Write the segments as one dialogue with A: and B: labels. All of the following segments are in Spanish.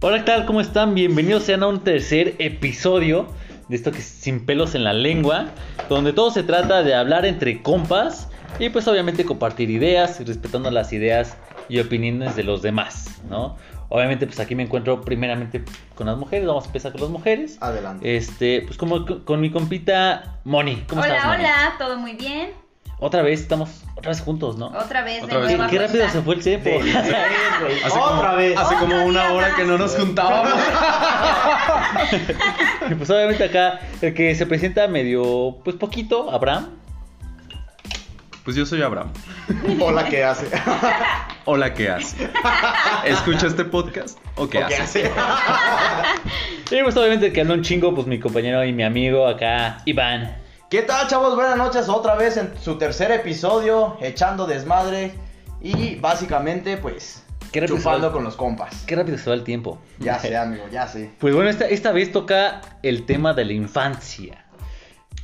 A: Hola, ¿qué tal? ¿Cómo están? Bienvenidos sean a un tercer episodio de esto que es sin pelos en la lengua, donde todo se trata de hablar entre compas y pues obviamente compartir ideas y respetando las ideas y opiniones de los demás, ¿no? Obviamente pues aquí me encuentro primeramente con las mujeres, vamos a empezar con las mujeres.
B: Adelante.
A: Este, pues como c- con mi compita Moni, ¿cómo
C: hola,
A: estás? Moni?
C: hola, todo muy bien.
A: Otra vez estamos otra vez juntos, ¿no?
C: Otra vez
D: Otra
C: de
D: vez.
C: nueva
A: Qué rápido
C: cuenta.
A: se fue el tiempo.
B: Eh,
D: Hace
B: Otra
D: como,
B: vez.
D: Hace como
C: Otro
D: una
C: día
D: hora
C: más.
D: que no nos juntábamos.
A: pues obviamente acá el que se presenta medio pues poquito, Abraham.
D: Pues yo soy Abraham.
B: Hola, ¿qué hace?
D: Hola, ¿qué hace? ¿Escucha este podcast? ¿O qué
B: ¿O
D: hace?
A: Y pues obviamente el que anda un chingo, pues mi compañero y mi amigo acá, Iván.
B: ¿Qué tal, chavos? Buenas noches, otra vez en su tercer episodio, echando desmadre y básicamente, pues,
A: Qué rápido se
B: chupando
A: va.
B: con los compas.
A: Qué rápido se va el tiempo.
B: Ya sé, amigo, ya sé.
A: Pues bueno, esta, esta vez toca el tema de la infancia.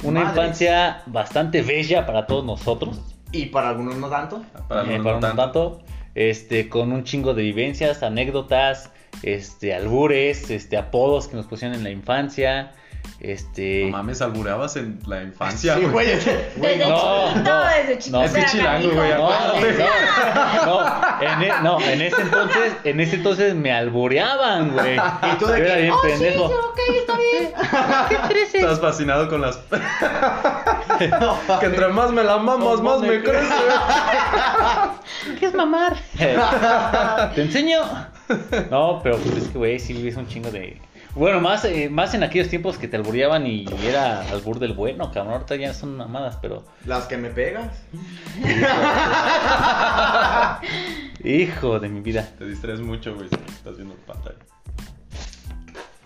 A: Una
B: Madres.
A: infancia bastante bella para todos nosotros.
B: Y para algunos no tanto.
D: Para
A: eh,
D: no
A: para
D: tanto.
A: un tanto. Este, con un chingo de vivencias, anécdotas, este, albures, este, apodos que nos pusieron en la infancia. Este.
D: No mames, albureabas en la infancia.
B: Sí,
D: güey.
B: güey.
C: Desde
A: No,
C: chiquito,
A: no,
C: desde chiquito.
A: no.
D: Es que
C: era
D: chilango,
C: canijo.
D: güey,
A: No,
D: acuérdate.
A: no, no, en e- no, en ese entonces, en ese entonces me albureaban, güey.
B: ¿Y tú de
A: Yo era
B: qué?
A: bien
C: Oh, sí,
A: pendejo.
C: sí, ok, está bien.
D: Estás fascinado con las. que entre más me la mamas, más me crece.
A: ¿Qué es mamar? Te enseño. No, pero pues es que, güey, sí es un chingo de... Bueno, más, eh, más en aquellos tiempos que te albureaban y era albur del bueno, cabrón. Ahorita ya son mamadas, pero...
B: Las que me pegas.
A: Hijo de mi vida.
D: Te distraes mucho, güey. si Estás viendo pantalla.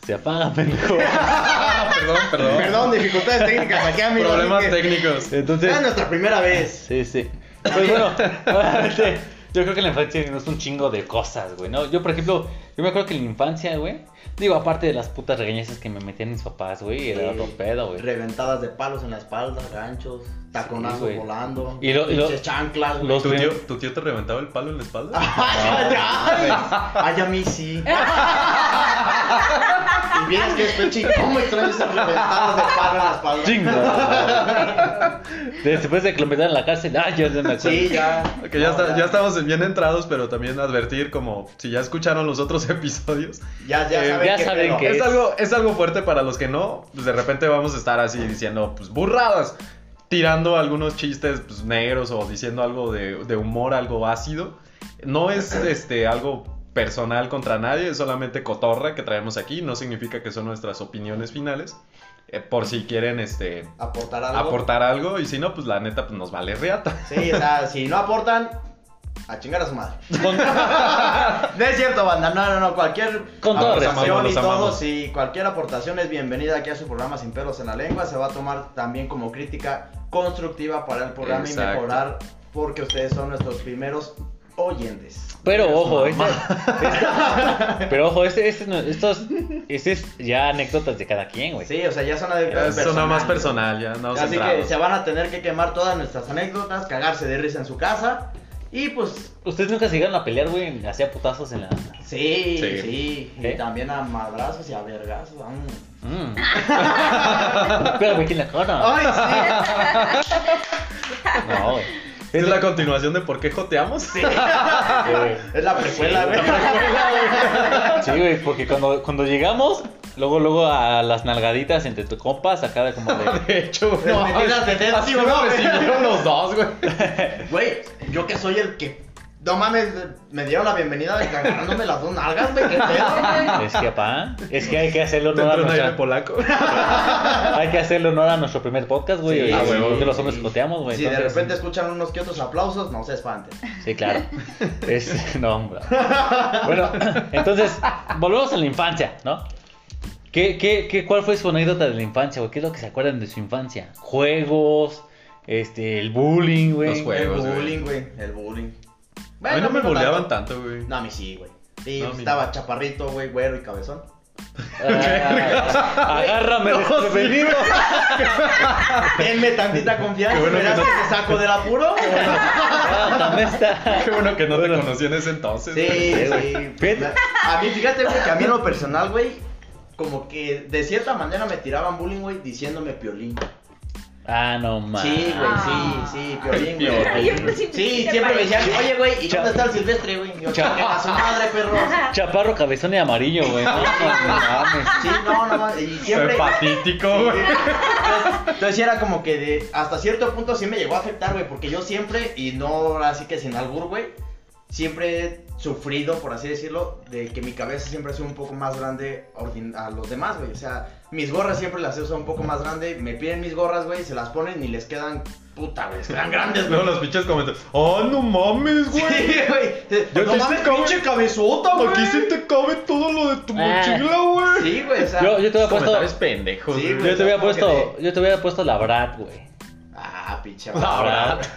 A: Se apaga, pendejo.
D: Ah, perdón, perdón.
B: Perdón, dificultades técnicas aquí, amigo.
D: Problemas
B: así que-
D: técnicos.
A: Entonces...
B: Es nuestra primera vez.
A: Sí, sí. Pues bueno, obviamente, yo creo que la infancia no es un chingo de cosas, güey, ¿no? Yo, por ejemplo, yo me acuerdo que en la infancia, güey, digo, aparte de las putas regañezas que me metían mis papás, güey, era otro pedo, güey.
B: Reventadas de palos en la espalda, ganchos, taconazos
A: güey.
B: volando.
A: Y lo- y lo-
B: pinches chanclas, güey.
A: los-
D: ¿Tu tío, ¿Tu tío te reventaba el palo en la espalda?
B: Ay, a mí sí. y vienes que estoy chingón, me traes esas reventadas de palo en la espalda.
A: Chingo. Después de que lo metieron en la cárcel, ah, yo ya me acuerdo.
B: Sí, ya.
D: Que ya,
B: No,
D: está- ya estamos bien entrados, pero también advertir como si ya escucharon los otros episodios.
B: Ya, ya
D: Eh,
B: saben
A: ya saben
B: qué pedo.
A: que-
D: Es
A: es-
D: algo, es algo fuerte para los que no, pues de repente vamos a estar así diciendo, pues burradas, tirando algunos chistes pues, negros o diciendo algo de, de humor, algo ácido. No es este algo personal contra nadie, es solamente cotorra que traemos aquí, no significa que son nuestras opiniones finales. eh, por si quieren este
B: Aportar algo.
D: aportar algo y si no, pues la neta pues nos vale reata.
B: Sí, o sea, si no aportan, a chingar a su madre.
A: Con-
B: No es cierto, banda. No, no, no. Cualquier
A: Con todo
B: aportación
D: respeto.
B: y
D: Los amamos, los
B: todo,
D: amamos.
B: sí, cualquier aportación es bienvenida aquí a su programa Sin Pelos en la Lengua. Se va a tomar también como crítica constructiva para el programa y
D: Exacto.
B: mejorar porque ustedes son nuestros primeros oyentes.
A: Pero ojo, este, este- pero ojo, este, este no- estos, este es ya anécdotas de cada quien, güey.
B: Sí, o sea, ya son
D: Ya
B: anécdotas
D: Eso no más
B: personales.
D: personal, ya no
B: Así que se van a tener que quemar todas nuestras anécdotas, cagarse de risa en su casa y pues
A: Ustedes nunca se llegaron a pelear, güey, hacía putazos en la.
B: sí, sí,
D: Sí.
B: y
A: ¿Eh?
B: también a madrazos y a vergazos. vamos.
A: Mm. Pero me en la
B: Oh.
A: cara.
B: Ay,
A: No, güey.
D: Es la continuación de por qué joteamos.
A: Eh,
B: sí, es la precuela, güey.
A: Sí, güey, porque cuando, cuando llegamos, luego, luego a las nalgaditas entre tus compas, acá de como de.
D: De hecho, güey.
B: No, metidas de dedo, sí, no, güey.
D: recibieron los dos, güey.
B: Güey, yo que soy el que. No mames, me dieron la bienvenida de cagándome las dos nalgas, güey, qué pedo.
A: Es que, papá, es que hay que hacerle
D: Te
A: honor a
D: entró un aire
A: nuestra-
D: polaco.
A: hay que hacerle honor a nuestro primer podcast, güey.
B: Sí,
A: y
D: ah, güey,
A: porque
D: güey.
A: los hombres joteamos, güey.
B: Si de
A: entonces-
B: repente escuchan unos que otros aplausos, no se espanten.
A: Sí, claro. Es, no, hombre. Bueno, entonces, volvemos a la infancia, ¿no? ¿Qué, qué, qué, ¿Cuál fue su anécdota de la infancia, güey? ¿Qué es lo que se acuerdan de su infancia? Juegos, este, el bullying, güey.
D: Los juegos.
B: El
D: Huevos, güey.
B: bullying, güey, el bullying.
D: A mí no me
B: boleaban
D: boleaban tanto, güey.
B: No, a mí sí, güey. Sí,
D: No, a
B: pues,
D: mí
B: estaba
D: no.
B: chaparrito, güey, güero y cabezón.
A: Ah, agárrame
D: No,
A: desprevenido.
B: Denme tantita
D: Qué
B: confianza.
D: bueno que
B: verás
D: no-
B: que te saco del apuro?
A: Ah, también está.
D: Qué bueno que no te
A: Bueno.
D: conocí en ese entonces.
B: Sí, sí.
A: Fíjate.
B: A mí, fíjate, güey, que a mí en lo personal, güey, como que de cierta manera me tiraban bullying, güey, diciéndome piolín.
A: Ah, no mames.
B: Sí, güey, sí,
C: Ah.
B: sí, piolín,
D: Ay,
B: güey.
C: Piolín.
B: Sí, siempre me decían, oye, güey, ¿y
A: Chao.
B: dónde está el silvestre, güey? Y Yo,
A: Chao.
B: "A su madre, perro.
A: Chaparro, cabezón y amarillo, güey. No, mames.
B: Sí, no, no, no, y
D: Soy
B: siempre...
D: patético,
B: Sí.
D: güey.
B: Entonces- Entonces sí era como que de- hasta cierto punto sí me llegó a afectar, güey, porque yo siempre, y no ahora sí que sin albur, güey, siempre he sufrido, por así decirlo, de que mi cabeza siempre ha sido un poco más grande a ordin- a los demás, güey. O sea, mis gorras siempre las he usado un poco más grande, me piden mis gorras, güey, se las ponen y les quedan, puta, güey, les quedan grandes, güey.
D: Luego los pinches comentan, ¡Oh, no mames,
B: Sí,
D: güey!
B: güey.
D: Yo
B: No
D: te
B: mames,
D: hice cabrón.
B: pinche cabezota, güey.
D: Aquí sí te cabe todo lo de tu
A: Ah.
D: mochila, güey.
B: Sí, güey, o sea.
A: Yo, yo te había puesto.
D: Comentarios pendejos,
B: Sí,
D: güey.
A: Yo te había
B: Como que
A: puesto. Yo te había puesto la Brad, güey.
B: Ah, pinche.
D: La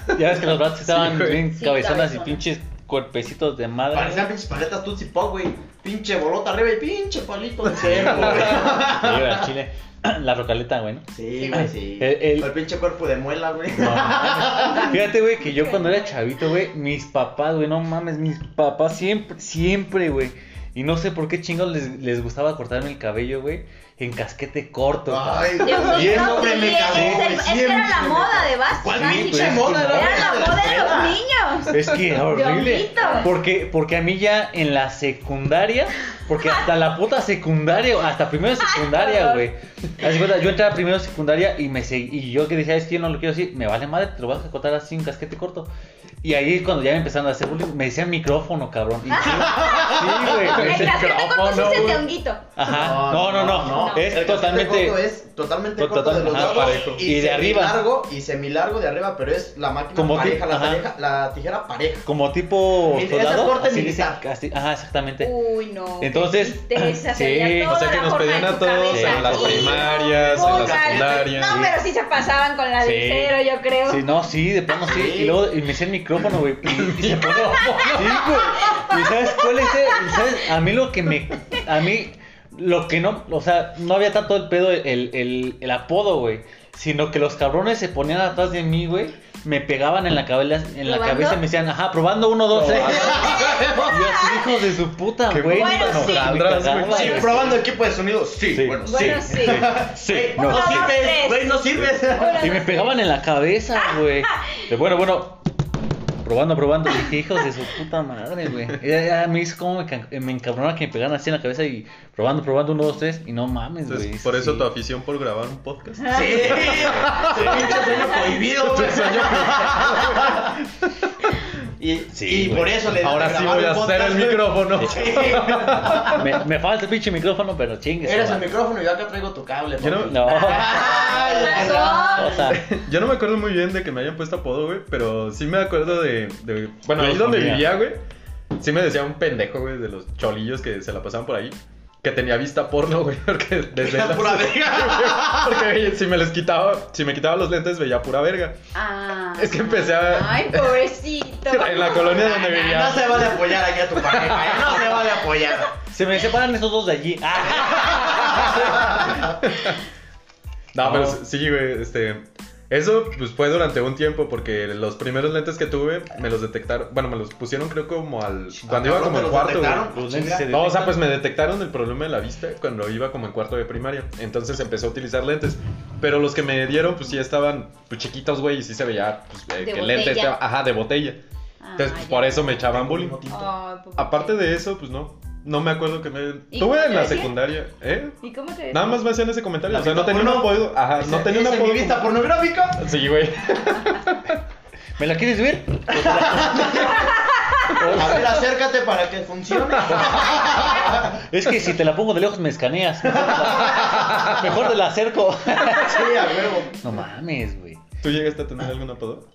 D: Brad.
A: Ya ves que los Brats estaban
D: Sí, güey.
A: bien
C: Sí,
A: cabezonas y
C: cabezonas.
A: pinches cuerpecitos de madre.
B: Parecían pinches paletas Tootsie Pop, güey. Pinche bolota arriba y pinche palito de cerdo, güey.
A: Sí, güey, al chile. La rocaleta, güey. ¿no?
B: Sí, güey, sí.
A: El- el-
B: El, pinche cuerpo de muela, güey.
A: No, mames. Fíjate, güey, que yo cuando era chavito, güey, mis papás, güey, no mames, mis papás siempre, siempre, güey. Y no sé por qué chingados les, les gustaba cortarme el cabello, güey, en casquete corto. cabrón.
B: güey.
A: Y eso
B: siempre
C: me
B: me cagó, güey,
C: Es que era la
B: siempre me
C: moda
B: cagó.
C: de Basti.
B: ¿Cuál
C: Basti,
B: pinche
C: güey.
B: moda? Era la
C: Era la
B: moda
C: moda
B: de
C: de
B: la
C: los niños.
A: Es que era horrible.
C: Diablito.
A: Porque, porque a mí ya en la secundaria, porque hasta la puta secundaria, hasta primero de secundaria, güey. Haz de cuenta, yo entraba primero de secundaria y me seguí, y yo que decía, es que yo no lo quiero decir, me vale madre, te lo vas a cortar así un casquete corto. Y ahí es cuando ya me empezaron a hacer bullying, me decían micrófono, cabrón. Y sí, sí, güey. me
C: El
A: decían-
C: casquete corto sí
D: micrófono,
C: es el
D: güey.
C: de honguito.
A: Ajá. Ah, No, no, no. Es
B: El casquete
A: totalmente.
B: corto es totalmente
A: to-
B: corto de los
A: ajá,
B: lados
A: parejo. Y de arriba.
B: largo y semilargo de arriba, pero es la máquina
A: Como
B: pareja,
A: ti-
B: la,
A: ajá.
B: pareja, la tijera pareja.
A: Como tipo
B: Ese
A: soldado.
B: corte
A: así dicen,
B: militar.
A: así- ajá, exactamente.
C: Uy, no.
A: Entonces, sí.
C: sí.
A: O
D: O sea que nos pedían a todos
A: cabeza.
D: en las
A: Sí.
D: primarias, en las
B: Puta,
D: secundarias.
C: No, pero sí se pasaban con la
A: Sí.
C: del cero, yo creo.
A: Sí, no, sí, de plano sí.
B: Sí.
A: Y luego y me hice el micrófono, güey. Y, y se pone. Sí, güey. ¿Y sabes cuál es? el- ¿Sabes? A mí lo que me. A mí. Lo que no. O sea, no había tanto el pedo, el, el, el apodo, güey. Sino que los cabrones se ponían atrás de mí, güey. Me pegaban en la cabeza, en la
C: ¿Probando?
A: cabeza y me decían, ajá, probando uno, dos, tres.
D: Probando.
A: Y así, hijos de su puta,
D: Qué
A: güey.
C: bueno,
A: no,
C: sí.
A: me
D: Cagandras,
A: cagaba,
D: güey. Sí,
A: güey.
B: probando equipo de sonido.
A: Sí.
C: Bueno, sí.
A: Sí,
B: Güey,
A: no.
B: no,
C: Uno, dos,
B: sirves,
C: tres.
B: güey, no sirves.
C: Ahora
A: Y me
C: no.
A: pegaban en la cabeza, güey. De, bueno, bueno. Probando, probando. Dije, hijos de su puta madre, güey. Ya, ya me hizo como me, can- me encabronaba que me pegaran así en la cabeza y probando, probando, uno, dos, tres. Y no mames, güey.
D: Entonces, por eso
A: sí.
D: tu afición por grabar un podcast.
B: Sí, tu pinche sueño prohibido, güey. Y,
A: Sí,
B: y
A: güey.
B: por eso le
D: Ahora sí voy a hacer el micrófono.
B: micrófono.
A: Me, me falta el pinche micrófono, pero chingues.
B: Eres el
A: madre.
B: micrófono y yo acá traigo tu cable.
D: Yo no-
B: papi.
A: No.
B: Ay,
C: Razón.
B: perdón.
A: O sea,
D: Yo no me acuerdo muy bien de que me hayan puesto apodo, güey, pero sí me acuerdo de. de- bueno,
A: Yo
D: ahí
A: los
D: donde
A: ponía.
D: vivía, güey, sí me decía un pendejo, güey, de los cholillos que se la pasaban por ahí, que tenía vista porno, güey, porque desde.
B: Era
D: la-
B: pura verga.
D: Porque si me les quitaba, si me quitaba los lentes, veía pura verga.
C: Ah.
D: Es que empecé a-
C: Ay, pobrecito.
D: En la colonia donde
B: No
D: vivía.
B: se vale apoyar aquí a tu pareja. eh, No se vale apoyar.
A: se me separan esos dos de allí. Ah,
D: No,
A: No.
D: pero sí, güey, este. Eso pues fue durante un tiempo porque los primeros lentes que tuve me los detectaron, bueno, me los pusieron creo como al cuando iba
B: Ah, Cabrón, ¿te
D: como al
B: los
D: cuarto, güey.
B: detectaron?
A: Los lentes se
D: No, o sea, pues me detectaron el problema de la vista cuando iba como en cuarto de primaria. Entonces empecé a utilizar lentes. Pero los que me dieron, pues ya estaban pues, chiquitos, güey, y sí se veía pues, eh,
C: De
D: que el
C: botella. Ah,
D: lente estaba. Ajá, de botella.
E: Ah,
D: Entonces, pues, por eso me echaban bullying.
C: Oh,
D: Aparte de eso, pues no. No me acuerdo que me.
C: ¿Y cómo
D: Tuve
C: te
D: en la
C: decían?
D: secundaria, ¿eh?
C: ¿Y cómo te
D: Nada más me hacían ese comentario.
B: La
D: O sea, no
B: vista
D: tenía un
B: porno.
D: apodo. Ajá, no
B: Ese-
D: tenía un
B: ese
D: apodo.
B: mi vista pornográfica.
D: como- Sí, güey.
A: ¿Me la quieres ver?
B: A ver, acércate para que funcione.
A: Es que si te la pongo de lejos me escaneas. Mejor te la, mejor te la acerco.
B: Sí, a huevo.
A: No mames, güey.
D: ¿Tú llegaste a tener algún apodo?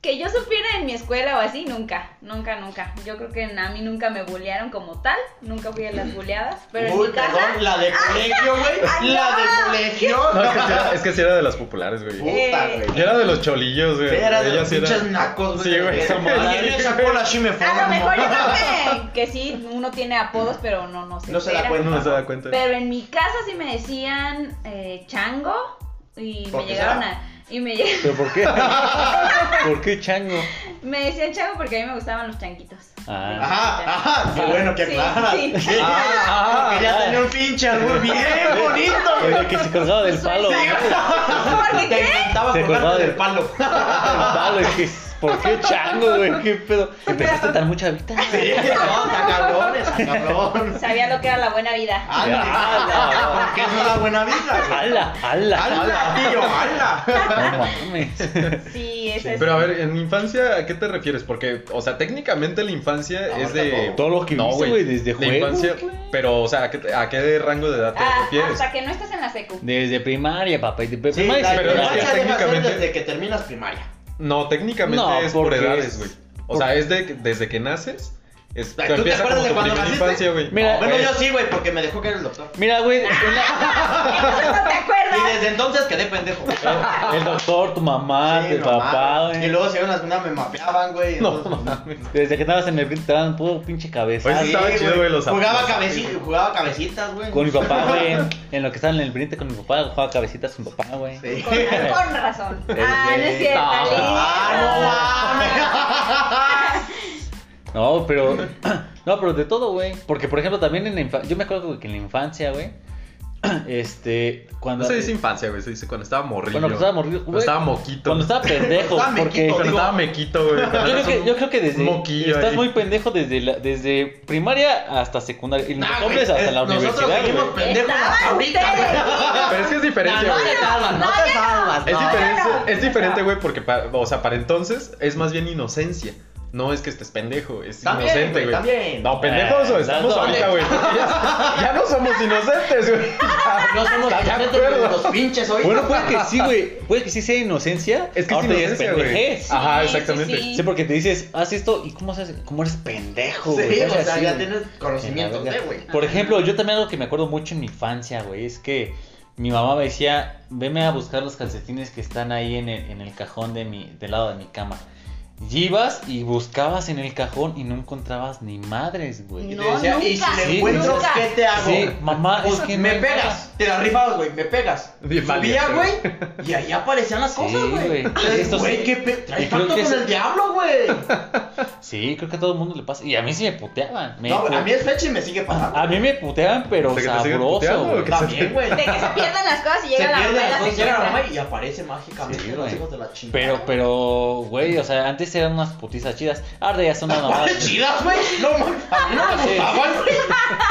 E: que yo supiera en mi escuela o así, nunca, nunca, nunca. Yo creo que a mí nunca me bullearon como tal, nunca fui a las bulleadas, pero
B: Uy,
E: en mi casa...
B: perdón, la de colegio, güey. La de colegio.
D: No, es que, sí era, es que sí era de las populares,
B: Puta,
D: güey.
E: Eh,
B: güey.
D: Yo era de los cholillos, güey.
B: Oh. Era de
D: Ella
B: los
D: sí
B: pinches nacos, güey.
D: Sí, güey, esa madre.
B: Y en esa cola sí me
E: A lo Ah, mejor
B: formo.
E: yo creo que, que sí, uno tiene apodos, pero no, no se
B: No se da
E: entera.
B: cuenta.
D: No se da cuenta.
E: Pero en mi casa sí me decían eh, chango y
B: ¿Por
E: me
B: qué
E: llegaron
B: será?
E: a... Y me, lle-
A: ¿Pero por qué? ¿Por qué chango?
E: me decían chango porque a mí me gustaban los changuitos.
A: Ah,
B: Ajá, ajá. Qué bueno que
E: Sí,
B: aclaras.
E: sí.
B: Ah, porque ya
A: ah.
B: tenía un pinche albur bien bonito, güey.
A: el que se colgaba del palo.
E: Soy
A: ¿no?
E: ¿Por
B: Te
E: qué?
B: encantaba
A: Se acordaba
B: colgarte
A: de-
B: del palo.
A: Ah, Palo, es que, ¿Por qué chango, güey? ¿Qué pedo? ¿Empezaste tan mucha vida?
B: Sí, no, está cabrón, está cabrón.
E: Sabía lo que era la buena vida.
B: Anda, porque es una buena vida, güey.
A: ¡Hala! ¡Hala!
B: ¡Hala, tío, hala!
A: No mames.
E: Sí, esa es
D: Pero a ver, en infancia, ¿a qué te refieres? Porque, o sea, técnicamente la infancia
B: Abarca
D: es de.
A: todo lo que viste, güey, desde
D: la
A: juegos,
D: infancia,
A: güey.
D: pero, o sea, ¿a qué, a qué rango de edad te
E: Ah,
D: refieres?
E: hasta que no estás en la secu.
A: Desde primaria, papá. y de
B: Sí,
A: primaria
B: la
A: y
D: pero
A: secundaria.
B: infancia deja ser
D: técnicamente-
B: desde que terminas primaria.
D: No, técnicamente
A: No,
D: es por
A: porque
D: edades,
A: es-
D: güey. O sea, es de, desde que naces. Es,
B: Ay, ¿tú te
D: empieza
B: acuerdas
D: como
B: de
D: tu
B: cuando
D: primera
B: naciste?
D: infancia, güey.
A: Mira,
D: No,
B: Bueno,
D: güey.
B: yo sí, güey, porque me dejó caer el doctor.
A: Mira, güey, en la-
E: Entonces no te acuerdas.
B: Y desde entonces quedé pendejo.
A: el doctor, tu mamá,
B: Sí,
A: ah, tu
B: no
A: papá,
B: mames. Y
A: güey.
B: luego si iban a las minas me mapeaban, güey.
D: No,
B: entonces-
D: mames.
A: Desde que estabas en el frente te daban puro pinche cabeza.
D: Pues sí, estaba chido, güey, los
B: Jugaba,
D: zapatos.
B: cabeci- jugaba cabecitas, güey.
A: Con mi papá, güey. En lo que estaba en el frente con mi papá, jugaba cabecitas con mi papá, güey.
B: Sí.
E: Con, con razón. Ah, no es cierto.
A: Ah,
B: ¡Ah,
A: No, pero. No, pero de todo, güey. Porque, por ejemplo, también en la infancia. Yo me acuerdo güey, que en la infancia, güey. Este.
D: No
A: Cuando.
D: se dice infancia, güey. Se dice cuando estaba morrillo.
A: Cuando estaba morrido,
D: Cuando
A: güey.
D: estaba moquito.
A: Cuando estaba pendejo.
B: Estaba
A: porque.
B: mequito,
D: Cuando
A: Yo
B: digo-
D: estaba mequito, güey. Cuando
A: creo,
D: eras
A: que,
D: un
A: yo creo que desde.
D: moquillo
A: estás
D: ahí.
A: muy pendejo desde, la- desde primaria hasta secundaria. Y los
B: no,
A: hombres hasta la
B: Nosotros
A: universidad.
B: seguimos
A: güey.
B: pendejos
E: Estaban
B: hasta ahorita,
E: ustedes.
B: güey.
D: Pero es que es diferente,
B: No, no
D: güey.
B: te salvas, no,
E: No,
B: te
E: yo no.
B: salvas.
D: Es
B: no.
D: diferente,
E: no, no.
D: es diferente, güey, porque, pa- o sea, para entonces es más bien inocencia. No es que estés pendejo, es
B: También,
D: inocente,
B: güey,
D: güey.
B: también.
D: No, pendejos,
A: Eh,
D: estamos
A: las dos.
D: ahorita, güey. porque Ya, ya no somos inocentes, güey.
B: No somos
D: Está de
B: inocentes,
D: acuerdo.
B: güey, los pinches hoy.
A: Bueno, puede que sí, güey. Puede que sí sea inocencia.
D: Es que es
A: ahorita ya
D: inocencia, güey.
A: pendejez.
D: Ajá,
E: Sí,
D: exactamente.
E: sí,
A: Sí, porque te dices, haz esto y cómo, haces- cómo eres pendejo, güey.
B: Sí,
A: Te hace
B: o sea,
A: así,
B: ya
A: güey.
B: tienes conocimientos de, güey.
A: Por ejemplo, yo también algo que me acuerdo mucho en mi infancia, güey, es que mi mamá me decía, veme a buscar los calcetines que están ahí en el, en el cajón de mi, del lado de mi cama. Y ibas y buscabas en el cajón y no encontrabas ni madres, güey.
B: Y te
E: No,
B: decía, y si
E: nunca,
B: le
A: sí,
B: encuentro,
E: nunca.
B: ¿qué te hago?
A: Sí, mamá,
B: Pues,
A: es que no
B: me
A: hay
B: pegas, te la rifabas, güey, me pegas.
D: Bien
B: Subía,
D: valiente,
B: güey, y ahí aparecían las
A: Sí,
B: cosas, güey.
A: güey.
B: Entonces,
A: Esto
B: Güey,
A: sí.
B: qué pe... traes
A: Y creo
B: pacto
A: que
B: con
A: es-
B: el diablo, güey.
A: Sí, creo que a todo el mundo le pasa. Y a mí sí me puteaban. me
B: No,
A: pu-
B: a mí es fecha y me sigue pasando.
A: a mí me puteaban, pero
D: ¿De que te siguen
A: sabroso,
D: puteando o
A: güey.
D: qué?
B: También, güey.
E: De que se pierdan las cosas y
B: Se
E: llega la
B: pierde
E: abuela.
B: la
E: se
B: cosa, llega la
E: encuentra.
B: mamá y aparece mágicamente
A: Sí,
B: los
A: güey.
B: hijos de la chingada.
A: Pero, pero, güey, o sea, antes eran unas putizas chidas. Ahora ya son una mamada.
B: ¿Cuáles Ah, chidas, güey? No, mames, a mí no me
A: Sí.
B: gustaban, güey.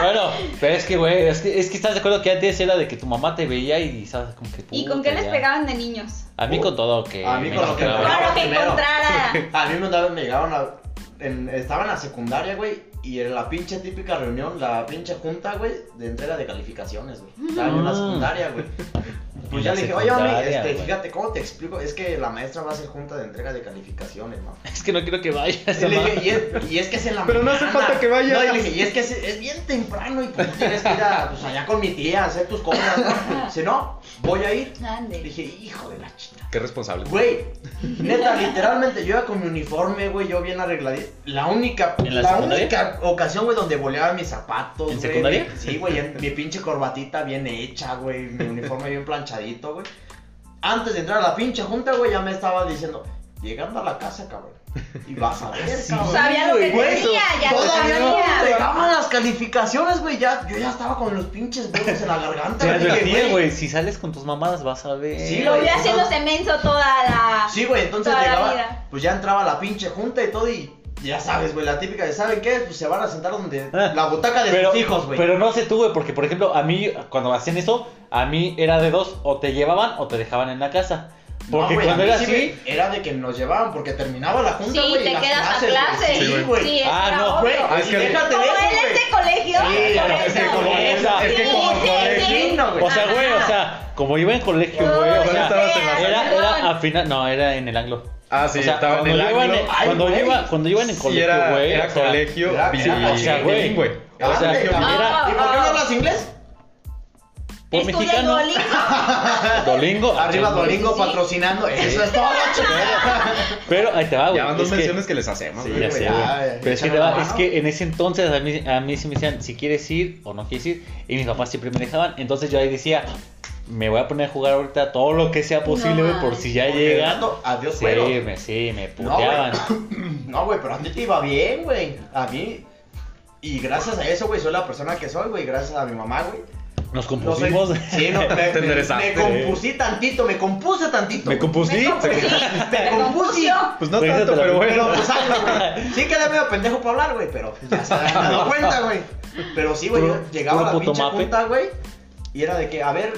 A: Bueno, pero es que, güey, es que, es que estás de acuerdo que antes era de que tu mamá te veía y sabes como que.
E: ¿Y
A: puta,
E: con qué les
A: ya.
E: pegaban de niños?
A: A mí con todo, que.
B: A mí
A: me
B: con lo que me
A: encontraba.
E: Con lo que
B: primero.
E: encontrara.
B: A mí una vez me llegaron a. en- estaba en la secundaria, güey, y en la pinche típica reunión, la pinche junta, güey, de entrega de calificaciones, güey. Estaba yo en la
A: Ah.
B: secundaria, güey. Pues
A: En
B: ya
A: la
B: le dije, oye, mami,
A: secundaria,
B: este,
A: güey.
B: fíjate, ¿cómo te explico? Es que la maestra va a hacer junta de entrega de calificaciones, ¿no?
A: Es que no quiero que vayas.
B: Y, le
A: mamá.
B: dije, y, es, y es que es en la
D: Pero no hace
B: mañana.
D: falta que vayas.
B: No, y le dije, y es que es, es bien temprano y pues tienes que ir a, pues, allá con mi tía a hacer tus cosas, ¿no? Si no, voy a ir.
E: Ande.
B: Dije, hijo de la chingada.
D: Qué responsable.
B: Güey, neta, literalmente yo iba con mi uniforme, güey, yo bien arregladito. La única,
A: ¿En la
B: la
A: secundaria?
B: única ocasión, güey, donde boleaba mis zapatos,
A: ¿En
B: güey.
A: secundaria?
B: Sí, güey, en- mi pinche corbatita bien hecha, güey, mi uniforme bien planchadito, güey. Antes de entrar a la pinche junta, güey, ya me estaba diciendo, llegando a la casa, cabrón, y vas a ver, cabrón.
E: Sabía lo que
B: Güey,
E: tenía, ya lo
B: Todavía no
E: sabía.
B: llegaban las calificaciones, güey, ya, yo ya estaba con los pinches dedos en la garganta.
A: Te
B: güey, dije,
A: advertí, güey, si sales con tus mamadas vas a ver.
B: Sí,
E: Y lo vi haciéndose menso toda la.
B: Sí, güey, entonces
E: Toda la
B: llegaba,
E: vida.
B: pues ya entraba la pinche junta y todo y ya sabes, güey, la típica de ¿saben qué? Pues se van a sentar donde
A: Ah,
B: la butaca de
A: Pero,
B: sus hijos, güey.
A: pero no sé tú, güey, porque por ejemplo, a mí, cuando hacían eso, a mí era de dos: o te llevaban o te dejaban en la casa.
B: No,
A: Porque
B: güey, a
A: cuando
B: mí
A: era
B: sí
A: así.
B: me- era de que nos llevaban porque terminaba la junta,
E: Sí,
B: güey, y
E: te
B: las
E: quedas a
B: clases,
E: clase.
B: güey. Sí, güey.
E: Sí, eso
A: Ah,
E: era
A: no,
E: obvio.
B: Güey,
D: Ah, es
B: y
D: que-
B: déjate
E: Como
B: de eso,
E: él es de
B: Sí,
E: colegio, por
B: claro,
E: eso.
B: es que como
A: esa, es que
E: Sí,
A: como
E: sí,
B: colegio,
E: sí.
B: no, güey.
A: O sea, güey,
E: Ajá.
A: o sea, como iba en colegio, güey, o
E: Ay,
A: sea,
D: estabas en la
E: fea,
A: era,
E: perdón.
A: era a final. No, era en el anglo.
D: Ah, sí,
A: o sea,
D: estaba en
A: cuando
D: el
A: yo iba en
D: ángulo.
A: el-
B: Ay,
A: cuando yo
B: güey.
A: iba- Cuando yo iba en el
D: Sí,
A: colegio,
D: era,
A: güey.
D: era
A: o sea,
D: colegio
B: era-
D: bi-
B: era-
A: o sea, güey.
D: bilingüe.
A: O sea,
B: Ándale,
A: que
B: cabrón.
A: era-
E: Ah,
B: ¿Y por qué no hablas inglés?
A: por
E: Estudia
A: mexicano.
E: Duolingo.
A: Dolingo.
B: Arriba
A: Dolingo.
B: Dolingo
E: Sí.
B: patrocinando. Eso es todo, chingada.
A: Pero ahí te va, güey.
D: Ya van dos
A: Ah, es que-
D: menciones que, les hacemos.
B: Sí,
D: güey.
A: Ya
B: güey,
A: sé,
B: ya,
A: güey.
B: ya,
A: Pero es que,
B: échale
A: te va-
B: la
A: es
B: mano.
A: que en ese entonces a mí, a mí sí me decían si quieres ir o no quieres ir. Y mis papás siempre me dejaban. Entonces yo ahí decía, me voy a poner a jugar ahorita todo lo que sea posible, güey, por si ya
B: Porque de
A: llegan.
B: rato, adiós,
A: Sí,
B: güey.
A: me, sí, me
B: No, güey.
A: puteaban.
B: No, güey, pero a mí te iba bien, güey. A mí. Y gracias a eso, güey, soy la persona que soy, güey. Gracias a mi mamá, güey.
A: Nos
B: No soy-
A: compusimos.
B: Sí, no, me,
D: Te
B: me-
D: enderezaste.
B: me compusí tantito, me compuse tantito.
A: me compusí.
E: Me compusí.
B: Me
E: Me
B: compusí.
E: compuso.
D: Pues no
A: Regrésate
D: tanto,
A: la
D: pero
A: primera.
D: bueno.
B: Pero pues algo, güey. Sí quedé medio pendejo para hablar, güey, pero pues, ya se han dado cuenta, güey. Pero sí, güey, yo
A: Puro-
B: llegaba a la
A: puro puto
B: pinche
A: mape.
B: junta, güey. Y era de que, a ver,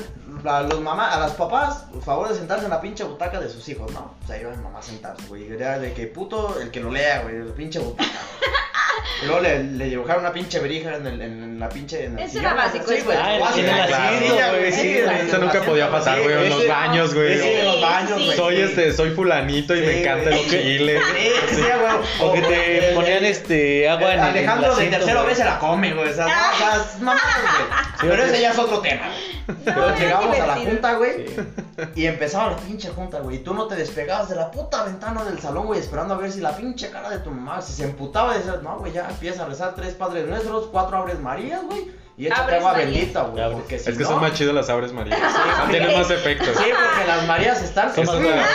B: a los mamás, a las papás, por favor de sentarse en la pinche butaca de sus hijos, ¿no? O sea, iba mi mamá a sentarse, güey. y Era de que puto el que lo lea, güey, la pinche butaca. güey. Y luego le, le dibujaron una pinche verija en, el- en la pinche. En el
E: Eso era
B: sillón,
E: básico,
B: güey,
E: eso
B: güey,
A: era
B: básico,
A: básico.
B: güey,
A: Ah, en el
B: sí,
A: asiento,
B: güey,
A: güey,
B: sí,
A: sí,
B: güey,
D: Eso
B: en el
D: nunca
B: asiento,
D: podía pasar,
B: sí,
D: güey, en los
B: ese-
D: baños,
B: ese
D: güey.
B: en los baños,
E: Sí,
B: güey.
D: Soy este, soy fulanito y
B: Sí,
D: me encantan los
B: güey.
D: chiles.
B: Sí, Eh, sí, güey.
A: O que
B: el-
A: te
B: el-
A: ponían este agua en el- en el
B: Alejandro de
A: asiento,
B: tercero
A: güey.
B: vez se la come, güey. O sea, no, o sea, es mamadas, güey. Pero
A: sí.
B: ese ya es otro tema. Pero
E: es
B: llegamos a la
E: divertido.
B: junta, güey. Y empezaba la pinche junta, güey. Y tú no te despegabas de la puta ventana del salón, güey, esperando a ver si la pinche cara de tu mamá, si se emputaba, decías, no, güey, ya empieza a rezar tres padres nuestros, cuatro abres Marías, güey. Y échate
E: Abres
B: agua
E: Marías.
B: bendita, güey.
A: Abres.
B: Porque si
D: Es que
B: no-
D: son más chidas las abres marías. Tienen más efectos.
B: Sí, porque las Marías están.
D: Es otra,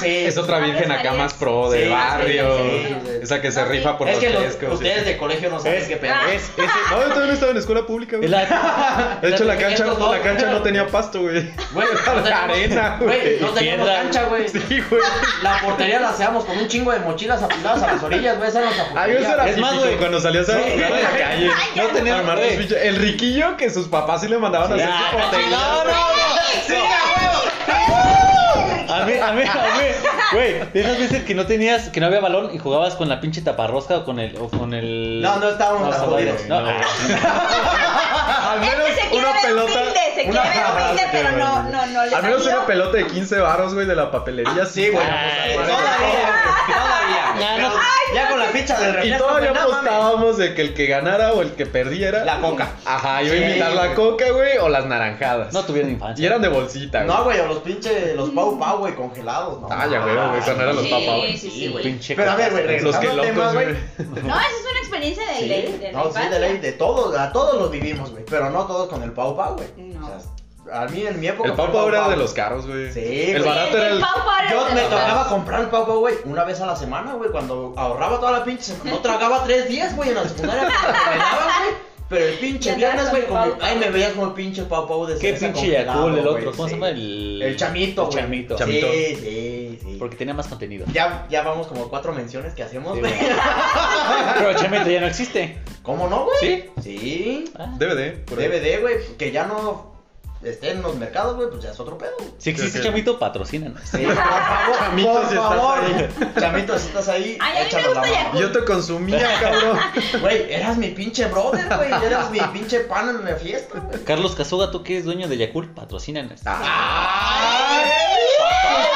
B: Sí.
D: es otra
E: Abres
D: virgen acá
E: Marías.
D: más pro de
B: Sí,
D: barrio.
B: sí, sí.
D: Esa que se
E: No, sí.
D: rifa por
B: Es
D: los
B: que los-
D: frescos.
B: ustedes de colegio no saben
A: Es-
B: qué pedo.
A: Es, es,
D: No, yo también estaba en escuela pública, güey.
A: es la-
D: De hecho, la
B: Estos
D: cancha,
B: dos.
D: la cancha no tenía pasto, güey.
B: Güey, no
D: La
B: tenemos-
D: arena, güey.
B: Güey, no tenemos
A: Piedra.
B: cancha, güey.
D: Sí, güey.
B: La portería la hacíamos con un chingo de mochilas apiladas a las orillas, güey. Esa era nuestra
D: Ay,
B: portería.
D: Ah, eso era
A: Es más,
D: típico,
A: güey.
D: cuando salías a
A: Sí.
D: jugar a la calle.
A: No tenía-
D: Armar los
A: güey.
D: bichos. El riquillo que sus papás sí le mandaban a hacer
A: Ya,
D: su portería.
A: no, no,
B: ¡Sí, a huevo!
A: A mí, a mí, a mí, güey, de esas veces que no tenías, que no había balón y jugabas con la pinche taparrosca o con el, o con el...
B: No, no estábamos tan
A: estaba-
B: jodidos.
A: no,
D: No.
A: ah,
D: Al menos
E: Este se quiere
D: una
E: ver
D: pelota. Ah,
E: humilde, se
B: una-
E: quiere ver humilde, pero no, no, no. le
D: Al menos
E: salió.
D: una pelota de 15 varos, güey, de la papelería.
B: Sí, güey.
A: Ay,
B: Todavía, güey, todavía.
A: Ya
B: Pero
A: no-
B: Ya con la ficha del
D: Y
B: refresco,
D: todavía
B: güey, no mames.
D: apostábamos de que el que ganara o el que perdiera.
B: La coca.
D: Ajá, iba a
B: Sí,
D: invitar la
B: güey.
D: coca, güey, o las naranjadas.
A: no tuvieron
D: Y
A: infancia.
D: eran de bolsita, güey.
B: No, güey, o los pinches, los pau pau, güey, congelados. No,
D: Ah, ya, güey, güey, eso no eran los
E: Sí,
D: papas, güey.
E: sí, sí, güey.
A: Pinche
B: Pero a ver, güey,
D: Los
B: regresando
D: que
B: al tema,
D: locos,
B: güey.
D: güey.
E: No, esa es una experiencia de ley. De
B: No, sí, de ley, de todos, a todos los vivimos, güey. Pero no todos con el pau pau, güey.
E: No.
B: O sea, a mí en mi época.
D: El
B: fue
D: papa era
B: Pau.
D: de los caros, güey.
B: Sí,
D: El
B: güey.
D: barato era el.
B: Yo me tocaba comprar el Pau Pau, güey, una vez a la semana, güey, cuando ahorraba toda la pinche semana. No tragaba tres días, güey, en la secundaria. cuando me bañaba, güey. Pero el pinche
E: Ya
B: viernes, güey, con
E: andabas con el
B: mi-
E: Pau
B: ay,
E: Pau.
B: me veías como el pinche Pau Pau de
A: Qué
B: cereza
A: pinche
B: congelado,
A: Yakul el
B: güey,
A: otro, ¿cómo
B: sí.
A: se llama? El,
B: El chamito,
A: El
B: güey.
A: chamito.
D: Chamito.
B: Sí, sí, sí.
A: Porque tenía más contenido.
B: Ya, ya vamos como cuatro menciones que hacemos,
A: Sí,
B: güey.
A: güey. Pero el chamito ya no existe.
B: ¿Cómo no, güey?
A: ¿Sí?
B: Sí.
A: Ah,
D: DVD. por ahí.
B: DVD, güey, que ya no esté en los mercados, güey, pues ya es otro pedo.
A: Si existe
D: Sí, sí.
A: chamito, patrocínanos.
B: Sí, por favor,
D: Chamito,
B: por
D: si estás
B: favor.
D: ahí.
B: Chamito, si estás ahí,
E: Ay, a mí me
B: échanos la
E: gusta
B: mano.
E: Yakult.
D: Yo te consumía, cabrón.
B: Güey, eras mi pinche brother, güey. Eras mi pinche pan en la fiesta, güey.
A: Carlos Casuga, tú que eres dueño de Yakul, patrocínanos.
B: Ah.
D: ¡Ay!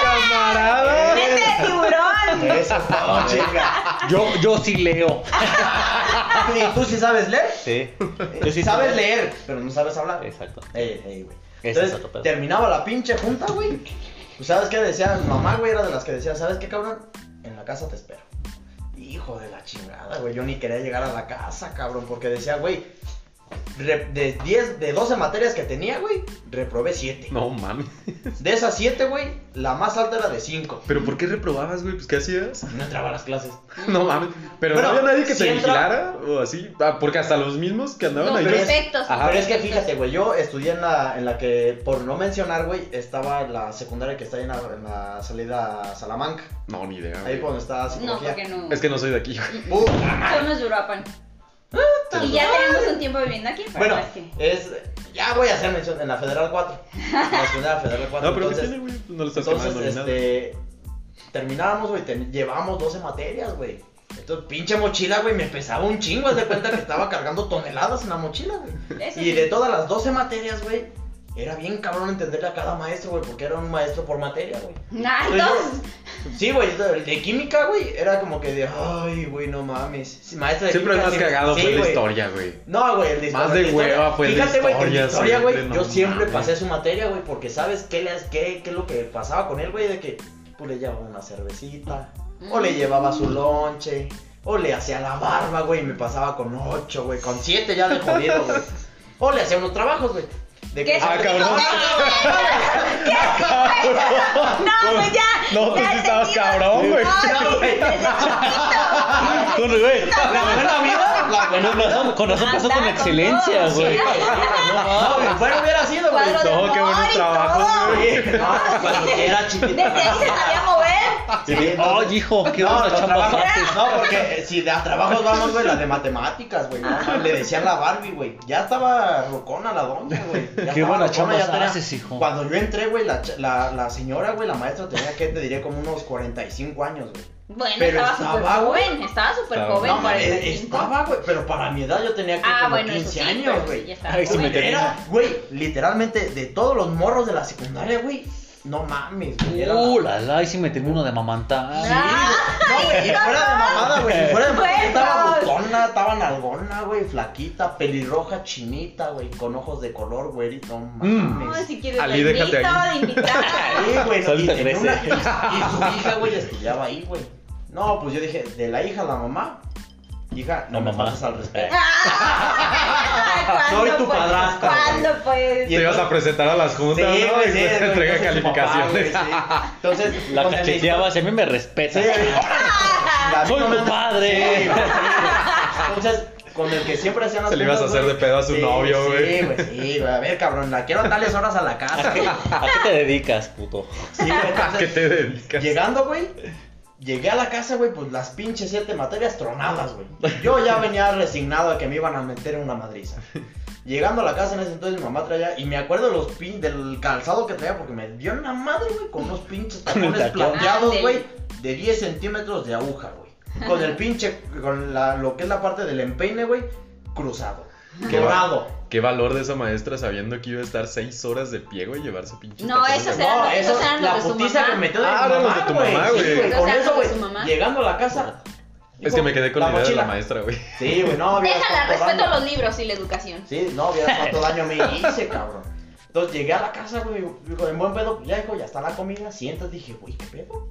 D: ¡Camarada!
E: ¡Mente de tiburón!
B: Eso es todo, chica.
A: Yo, yo sí leo.
B: ¿Y tú sí sabes leer?
A: Sí.
B: Tú sí sabes leer, pero no sabes hablar.
A: Exacto.
B: Ey, ey, güey.
A: Ese es
B: Entonces,
A: otro pedo.
B: terminaba la pinche junta, güey. Pues, ¿sabes qué decía? Mi Mamá, güey, era de las que decía, ¿sabes qué, cabrón? En la casa te espero. Hijo de la chingada, güey. Yo ni quería llegar a la casa, cabrón, porque decía, güey, re- de 10, de 12 materias que tenía, güey, reprobé 7.
D: No mames.
B: De esas 7, güey, la más alta era de 5.
D: ¿Pero por qué reprobabas, güey? Pues, ¿qué hacías?
B: No entraba a las clases.
D: No mames. Pero
B: Bueno,
D: no había nadie que
B: sí
D: te
B: entra-
D: vigilara o así. Ah, Porque hasta los mismos que andaban
E: Los
D: ahí.
B: pero-
E: prefectos.
D: Ajá.
B: Pero es que fíjate, güey, yo estudié en la, en la que, por no mencionar, güey, estaba la secundaria que está ahí en la, en la salida a Salamanca.
D: No, ni idea.
B: Ahí
D: güey.
B: por donde está
E: No,
B: psicología. Uh,
E: porque no.
D: Es que no soy de aquí, güey.
B: Puta.
E: Somos de Uruapan. Y ya tenemos un tiempo viviendo aquí, pero
B: Bueno,
E: es que...
B: es. Ya voy a hacer mención en la Federal 4. En la secundaria Federal 4.
D: No, pero ¿qué
B: entonces,
D: tiene, güey? No lo estás
B: entonces
D: tomando ni nada.
B: este. Terminábamos, güey, te- llevábamos 12 materias, güey. Entonces, pinche mochila, güey, me pesaba un chingo. Haz de cuenta que estaba cargando toneladas en la mochila, güey.
E: Eso
B: Y
E: sí.
B: de todas las 12 materias, güey,
E: Pues
B: era bien cabrón entenderle a cada maestro, güey, porque era un maestro por materia, güey.
E: Nah, entonces...
B: Sí, Sí, güey, de química, güey, era como que de, ay, güey, no mames. Maestra de
D: Siempre el
B: química
D: más cagado
B: sí,
D: fue la
B: güey.
D: historia, güey.
B: No, güey, el de
D: Más
B: historia-
D: de
B: el historia.
D: hueva fue el de
B: Fíjate, güey, que el de
D: historia,
B: historia,
D: siempre,
B: güey,
D: no
B: yo siempre
D: mames.
B: pasé su materia, güey, porque sabes qué, le, qué, qué es lo que pasaba con él, güey, de que pues le llevaba una cervecita, o le llevaba su
E: Mm.
B: lonche, o le hacía la barba, güey, y me pasaba con ocho, güey, con siete ya de jodido, güey. O le hacía unos trabajos, güey. De
E: ¿Qué?
D: Ah, cabrón.
E: No, pues ya.
D: No, tú
E: ya
D: sí estabas
E: seguimos.
D: cabrón, güey.
E: No,
B: güey.
E: desde chiquito.
A: Con, güey,
B: La buena vida, la buena
A: con razón, con razón pasó
E: Andaba
A: con
E: con
A: excelencia,
E: todo,
A: güey.
E: sí.
B: No, güey, fuera hubiera sido, güey.
E: Cuadro de
D: No, qué buenos
E: honor y
D: trabajos,
E: todo.
D: güey.
B: Sí, No, cuando era
E: Desde
B: chiquita.
E: ahí se sabía mover.
B: Sí, no,
A: Ay, hijo, qué
B: no,
A: buena
B: los
A: chamba
B: trabajos-
A: haces.
B: no, porque eh, si de a trabajos vamos, güey, la de matemáticas, güey. ¿no? Le decían la Barbie, güey. Ya estaba rocona la doña, güey. Ya
A: Qué
B: estaba
A: buena
B: rocona,
A: chamba
B: ya tenía-
A: haces, hijo.
B: Cuando yo entré, güey, la, ch- la, la señora, güey, la maestra tenía que, te diré, como unos 45 años, güey.
E: Bueno,
B: Pero
E: estaba
B: estaba,
E: súper
B: güey.
E: joven. Estaba súper
D: Estaba-
E: joven.
B: No, mames,
E: 45.
B: estaba, güey, pero para mi edad yo tenía que
E: Ah,
B: como
E: bueno, eso
B: 15
E: sí.
B: años,
E: pero
B: güey.
E: sí, ya estaba
A: Ay, sí me
E: joven.
A: tenía.
B: Era, güey, literalmente de todos los morros de la secundaria, güey. No mames, güey. era la-
A: Uh, la la, y si me termino de amamantar.
B: No, güey, y fuera de mamada, güey. y Fuera de mamada,
E: Bueno.
B: estaba botona, estaba nalgona, güey, flaquita, pelirroja, chinita, güey, con ojos de color, güey, no
E: No,
B: mames.
E: si quieres,
D: Ali,
E: te
D: déjate
E: invito,
D: ahí.
E: de invitada.
B: Sí, güey, no, y,
A: Solita
B: tenía
A: crece.
B: una- y- y su hija, güey, estudiaba ahí, güey. No, pues yo dije, de la hija a la mamá, hija, no
A: La
B: me
A: mamá.
B: pasas al respeto.
E: Soy
B: Soy tu padrastro, güey.
E: ¿Cuándo
B: Y
E: pues?
D: Te ibas
B: entonces-
D: a presentar a las juntas,
B: Sí,
D: ¿no?
B: güey,
D: Y
B: sí,
D: te
B: entonces
D: entrega
B: su papá,
D: calificaciones.
B: güey, sí. Entonces, pues,
A: La
B: con el-
A: cacheteabas y a mí me
B: Sí,
A: respetas.
B: güey, órale. La-
A: Soy
B: no me-
A: tu padre.
B: Sí, güey, sí, güey. Entonces, con el que siempre hacían las
D: Se le ibas a
B: juntas,
D: hacer de pedo a su
B: Sí,
D: novio, güey.
B: Sí, güey, sí, güey. A ver, cabrón, la quiero a tales horas a la casa. güey.
A: ¿A qué te dedicas, puto?
B: Sí, güey.
D: ¿A qué
B: entonces,
D: te dedicas?
B: Llegando, güey. Llegué a la casa, güey, pues las pinches siete materias tronadas, güey. Yo ya venía resignado a que me iban a meter en una madriza. Llegando a la casa en ese entonces mi mamá traía, y me acuerdo los pin del calzado que traía, porque me dio una madre, güey, con unos pinches
A: el
B: tacones
A: tacón.
B: plateados,
E: Ah,
B: güey, de 10 centímetros de aguja, güey. Con el pinche, con la, lo que es la parte del empeine, güey, cruzado.
D: Qué va-
B: Quebrado.
D: Qué valor de esa maestra sabiendo que iba a estar seis horas de pie, güey, y llevar su pinche.
E: No,
D: tacón de
E: eso
D: la-
E: será- eran- esos eran
B: la
E: los de su
B: putiza
E: mamá.
B: que metió de
D: Ah,
B: mi
D: eran los
B: mamá,
D: de tu mamá,
B: Sí,
D: güey.
E: Esos
B: Con
E: eran
B: eso,
E: los de
B: güey,
E: su mamá.
B: llegando a la casa.
D: Es que me quedé con la, idea de la
B: mochila.
D: maestra, güey.
B: Sí, güey, no, había
E: Déjala,
B: tanto
E: respeto
B: daño.
E: los libros y la educación.
B: Sí, no, vieras cuánto daño me hice, cabrón. Entonces llegué a la casa, güey, digo, en buen pedo, pues, ya hijo, ya está la comida, sientas, dije, güey, ¿qué pedo?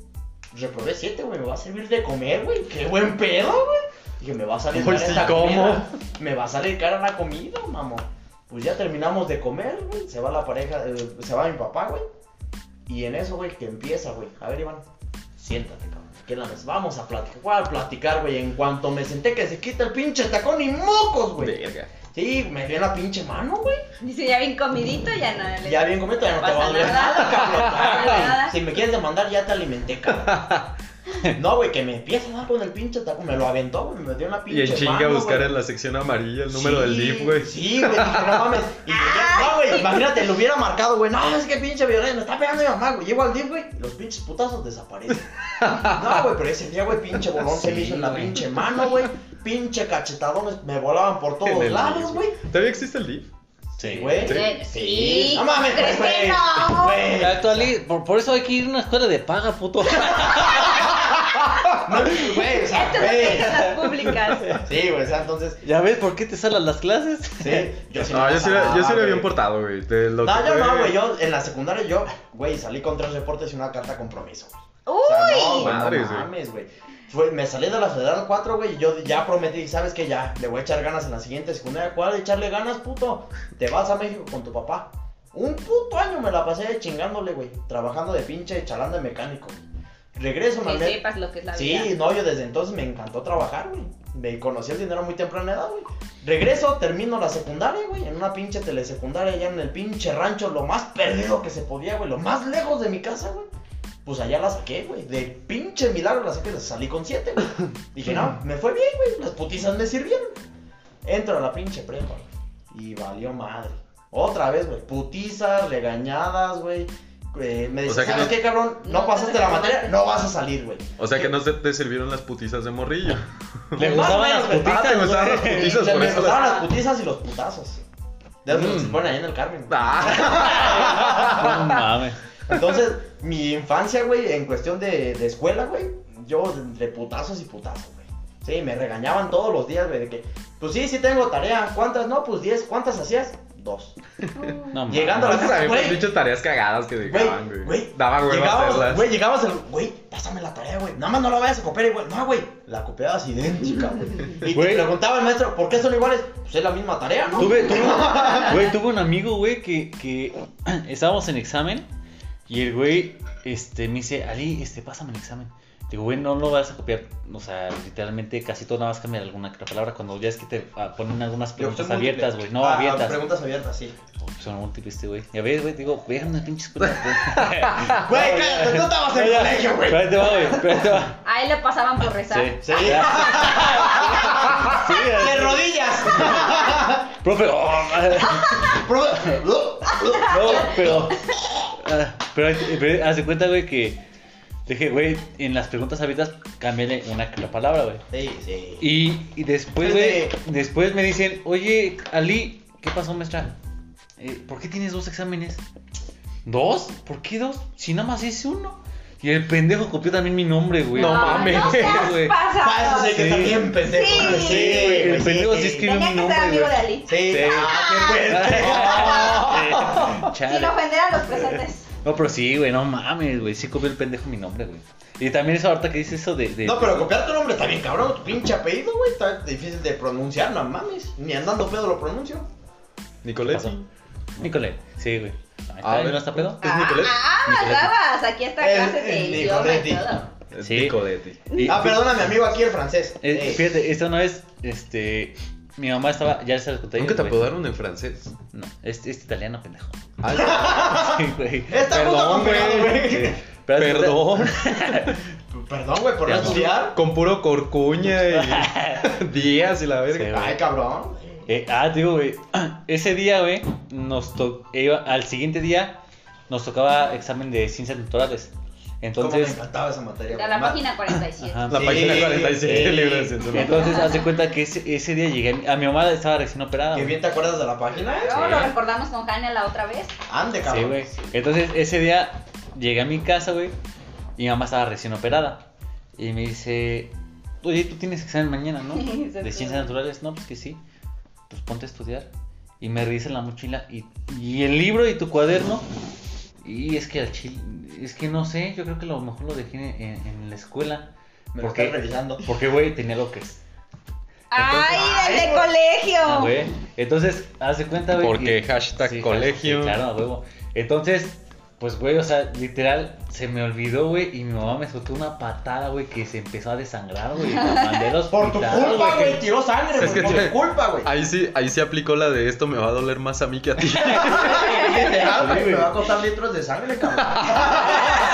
B: Reprobé siete, güey, me va a servir de comer, güey, qué buen pedo, güey. Dije, me va a salir
D: Uy,
B: cara
D: sí,
B: esta
D: Pues, ¿cómo?
B: comida, me va a salir cara la comida, mamón. Pues ya terminamos de comer, güey, se va la pareja, eh, se va mi papá, güey. Y en eso, güey, que empieza, güey, a ver, Iván, siéntate, cabrón. Que la mesa, vamos a platicar, platicar, güey, en cuanto me senté que se quita el pinche tacón y mocos, güey.
D: Verga.
B: Sí, me dio la pinche mano, güey.
E: Dice, ya bien comidito, ya no le-
B: Ya bien comido, ya no te
E: pasa
B: va a doler
E: nada,
B: nada,
E: no pasa nada.
B: cabrón. Si me quieres demandar, ya te alimenté, cabrón. No, güey, que me empieza a dar con el pinche taco. Me lo aventó, güey, me dio una
D: Y
B: pinche
D: en chinga
B: mano,
D: buscar
B: güey.
D: en la sección amarilla el número
B: Sí,
D: del DIF, güey.
B: Sí, güey, dije, no mames. Y yo ya- no, güey, imagínate, lo hubiera marcado, güey. No, es que pinche violencia, me está pegando mi mamá, güey. Llego al DIF, güey, y los pinches putazos desaparecen. No, güey, pero ese día, güey, pinche bolón se me hizo en la pinche mano, güey. Pinche cachetadones me volaban por
D: En
B: todos
D: el
B: lados,
D: DIF,
B: güey.
D: ¿Todavía existe el DIF?
A: Sí,
B: Güey.
E: Sí. Sí.
B: No mames,
E: ¿Crees
B: güey,
E: que
B: güey,
E: no?
B: güey.
A: Actualmente, por, por eso hay que ir a una escuela de paga, puto.
B: No, güey, o sea,
E: Esto es lo
B: güey.
E: que dicen las públicas.
B: Sí, güey, o sea, entonces.
A: ¿Ya ves por qué te salen las clases?
B: Sí, yo sí.
D: No,
B: me
D: Ah, yo sí era, yo sí
B: pasaba,
D: era bien
B: güey.
D: portado, güey. de lo
B: No,
D: que
B: yo
D: fue-
B: no, güey. Yo en la secundaria, yo, güey, salí con tres reportes y una carta de compromiso. güey. O sea, no,
E: Uy.
B: güey, no
D: Madres, güey.
B: mames, güey. Fue- me salí de la Federal 4, güey, y yo ya prometí, ¿sabes qué? Ya, le voy a echar ganas en la siguiente secundaria. ¿Cuál? Echarle ganas, puto. Te vas a México con tu papá. Un puto año me la pasé chingándole, güey. Trabajando de pinche chalán de mecánico. Regreso,
E: Que
B: me
E: sepas lo que es la
B: Sí,
E: vida.
B: no, yo desde entonces me encantó trabajar, güey. Me conocí el dinero a muy temprana edad, güey. Regreso, termino la secundaria, güey, en una pinche telesecundaria, allá en el pinche rancho, lo más perdido que se podía, güey, lo más lejos de mi casa, güey. Pues allá la saqué, güey. De pinche milagro la saqué, salí con siete, güey. Dije, no, me fue bien, güey. Las putizas me sirvieron. Entro a la pinche prepa, güey. Y valió madre. Otra vez, güey. Putizas, regañadas, güey. Eh, me
D: O
B: decían,
D: sea que
B: ¿sabes
D: no-
B: qué, cabrón? No,
E: No,
B: pasaste
E: no
B: la
E: te
B: materia,
E: acabaste".
B: no vas a salir, güey.
D: O sea que no se te sirvieron las putizas de morrillo.
A: Le
B: Más
A: gustaban las
B: o menos, güey.
A: putizas.
D: Ah, te gustaban
A: güey.
D: las putizas,
B: Se
D: por
B: me
D: eso. Mm.
B: gustaban
D: las-
B: las putizas y los putazos. De eso se ponen ahí en el Carmen. güey.
D: Ah.
A: No mames.
B: Entonces, mi infancia, güey, en cuestión de, de escuela, güey, yo entre putazos y putazos, güey. Sí, me regañaban todos los días, güey, de que, pues sí, sí tengo tarea. ¿Cuántas? No, pues 10. ¿Cuántas hacías? Dos.
A: No,
B: Llegando a la
D: Antes
B: casa,
D: habíamos
B: güey.
D: dicho tareas cagadas que dejaban,
B: Güey, güey.
D: güey. Daba huevo
B: Llegabas,
D: hacerlas.
B: güey, llegabas al. Güey, pásame la tarea, güey. Nada más no la vayas a copiar igual. No, güey. La copiabas idéntica, güey. Y te
A: Güey.
B: preguntaba el maestro, ¿por qué son iguales? Pues es la misma tarea, ¿no?
A: Tuve, tuve, güey, tuve un amigo, güey, que, que estábamos en examen y el güey este, me dice, Ali, este, pásame el examen. Digo, güey, no lo vas a copiar. O sea, literalmente casi todo nada más cambiar alguna que otra palabra cuando ya es que te ah, ponen algunas
B: Yo,
A: preguntas
B: son múltiples.
A: abiertas, güey. No,
B: "Pues Ah,
A: abiertas.
B: Preguntas abiertas, sí.
A: Oh, Son múltiples, este, güey. Ya ves, güey, digo, vean una pinche escuela.
B: Güey, cállate, tú estabas en el colegio, güey.
A: Espérate, va, güey, espérate, va.
E: A él le pasaban por
A: Sí,
E: rezar.
A: sí.
B: De
A: sí,
B: rodillas.
A: profe, oh, madre. No, pero. ah, Pero, eh, pero haz de cuenta, güey, que. Dije, güey, en las preguntas abiertas, cámbiale una que otra palabra, güey.
B: Sí, sí.
A: Y, y después, güey,
B: Espérate.
A: después me dicen, oye, Ali, ¿qué pasó, maestra? Eh, ¿Por qué tienes dos exámenes? ¿Dos? ¿Por qué dos? Si nada más hice uno. Y el pendejo copió también mi nombre, güey.
D: No
E: Ah,
D: mames,
E: No seas
A: güey.
E: pasado.
B: Pa, eso sí que
A: Sí.
B: también pendejo.
E: Sí.
B: güey.
A: Sí, güey, el pendejo sí escribió
E: Tenía
A: mi
E: que
A: nombre,
E: ser amigo
A: güey.
E: de Ali.
B: Sí.
A: Sí.
B: Ah, qué
D: Pues,
B: pendejo.
A: Eh, chale.
E: Sin ofender a los presentes.
A: No, pero sí, güey, no mames, güey. Sí copió el pendejo mi nombre, güey. Y también eso ahorita que dices eso de. de-
B: No, pero copiar tu nombre está bien cabrón. Tu pinche apellido, güey, está difícil de pronunciar, no mames. Ni andando pedo lo pronuncio.
D: Nicolás.
A: Pasó. Nicolé, sí, güey. Ahí
D: A
A: ¿Está bien,
D: ver.
A: ¿no está pedo?
D: ¿Es Nicolás?
E: Ah, ah,
A: Nicolás.
E: dabas, Aquí está
B: Es-
E: clases de
B: es
E: idioma y
B: Nicolás.
E: todo.
D: Es
A: Sí.
D: Nicoletti.
A: Y-
B: este. Ah,
A: fí-
B: perdona, mi amigo aquí, el francés.
A: eh,
B: Ey.
A: fíjate, esta una vez, este. Mi mamá estaba. Ya se la conté.
D: ¿Nunca te
A: güey.
D: apodaron en francés?
A: No, es, es italiano, pendejo.
D: Ay,
A: Sí, güey.
B: Está junto con pegado, güey.
A: Sí. Pero-
D: Perdón.
B: Perdón, güey, por no
A: Ya,
B: estudiar.
D: Con puro corcuña y días y la
A: Sí,
D: verga.
A: güey.
B: Ay, cabrón.
A: Eh, ah, te digo, güey. Ese día, güey, nos to- eh, iba- al siguiente día nos tocaba examen de ciencias naturales.
B: Entonces, me
A: Entonces,
B: encantaba esa materia.
E: A
B: güey.
E: la
B: Ma-
E: página 47.
A: Ajá.
D: la
B: Sí.
D: página 47
B: Sí.
D: libros de censura.
A: entonces haz de cuenta que ese, ese día llegué. a mi- A mi mamá estaba recién operada.
B: ¿Que
A: güey.
B: bien te acuerdas de la página? eh?
E: Luego lo recordamos con Hania la otra vez.
B: Ande, cabrón.
A: Sí, güey. Entonces, ese día llegué a mi casa, güey. Y mi mamá estaba recién operada. Y me dice, oye, tú tienes examen mañana, ¿no? De ciencias naturales. No, pues que sí. Pues ponte a estudiar. Y me revisa la mochila y, y el libro y tu cuaderno. Y es que al chile, es que no sé, yo creo que a lo mejor lo dejé en, en la escuela.
B: Me lo
A: Porque-
B: estás revisando.
A: Porque, güey, tenía lo que es.
E: ¡Ay, desde
B: ay,
A: Ah,
E: colegio!
A: güey. Entonces, haz de cuenta, güey.
D: Porque
A: que-
D: hashtag
A: sí,
D: colegio.
A: sí, claro, a huevo. Entonces, pues, güey, o sea, literal, se me olvidó, güey, y mi mamá me soltó una patada, güey, que se empezó a desangrar, güey. y la mandé al
B: Por tu
A: hospital,
B: culpa,
A: que-
B: güey, tiró sangre,
D: Es
B: güey,
D: que
B: por
D: te-
B: tu culpa, güey.
D: Ahí sí, ahí sí aplicó la de esto me va a doler más a mí que a ti.
B: Literal, güey,
A: Sí, güey.
B: Me va a costar litros de sangre,
E: ¿Ah,
B: cabrón.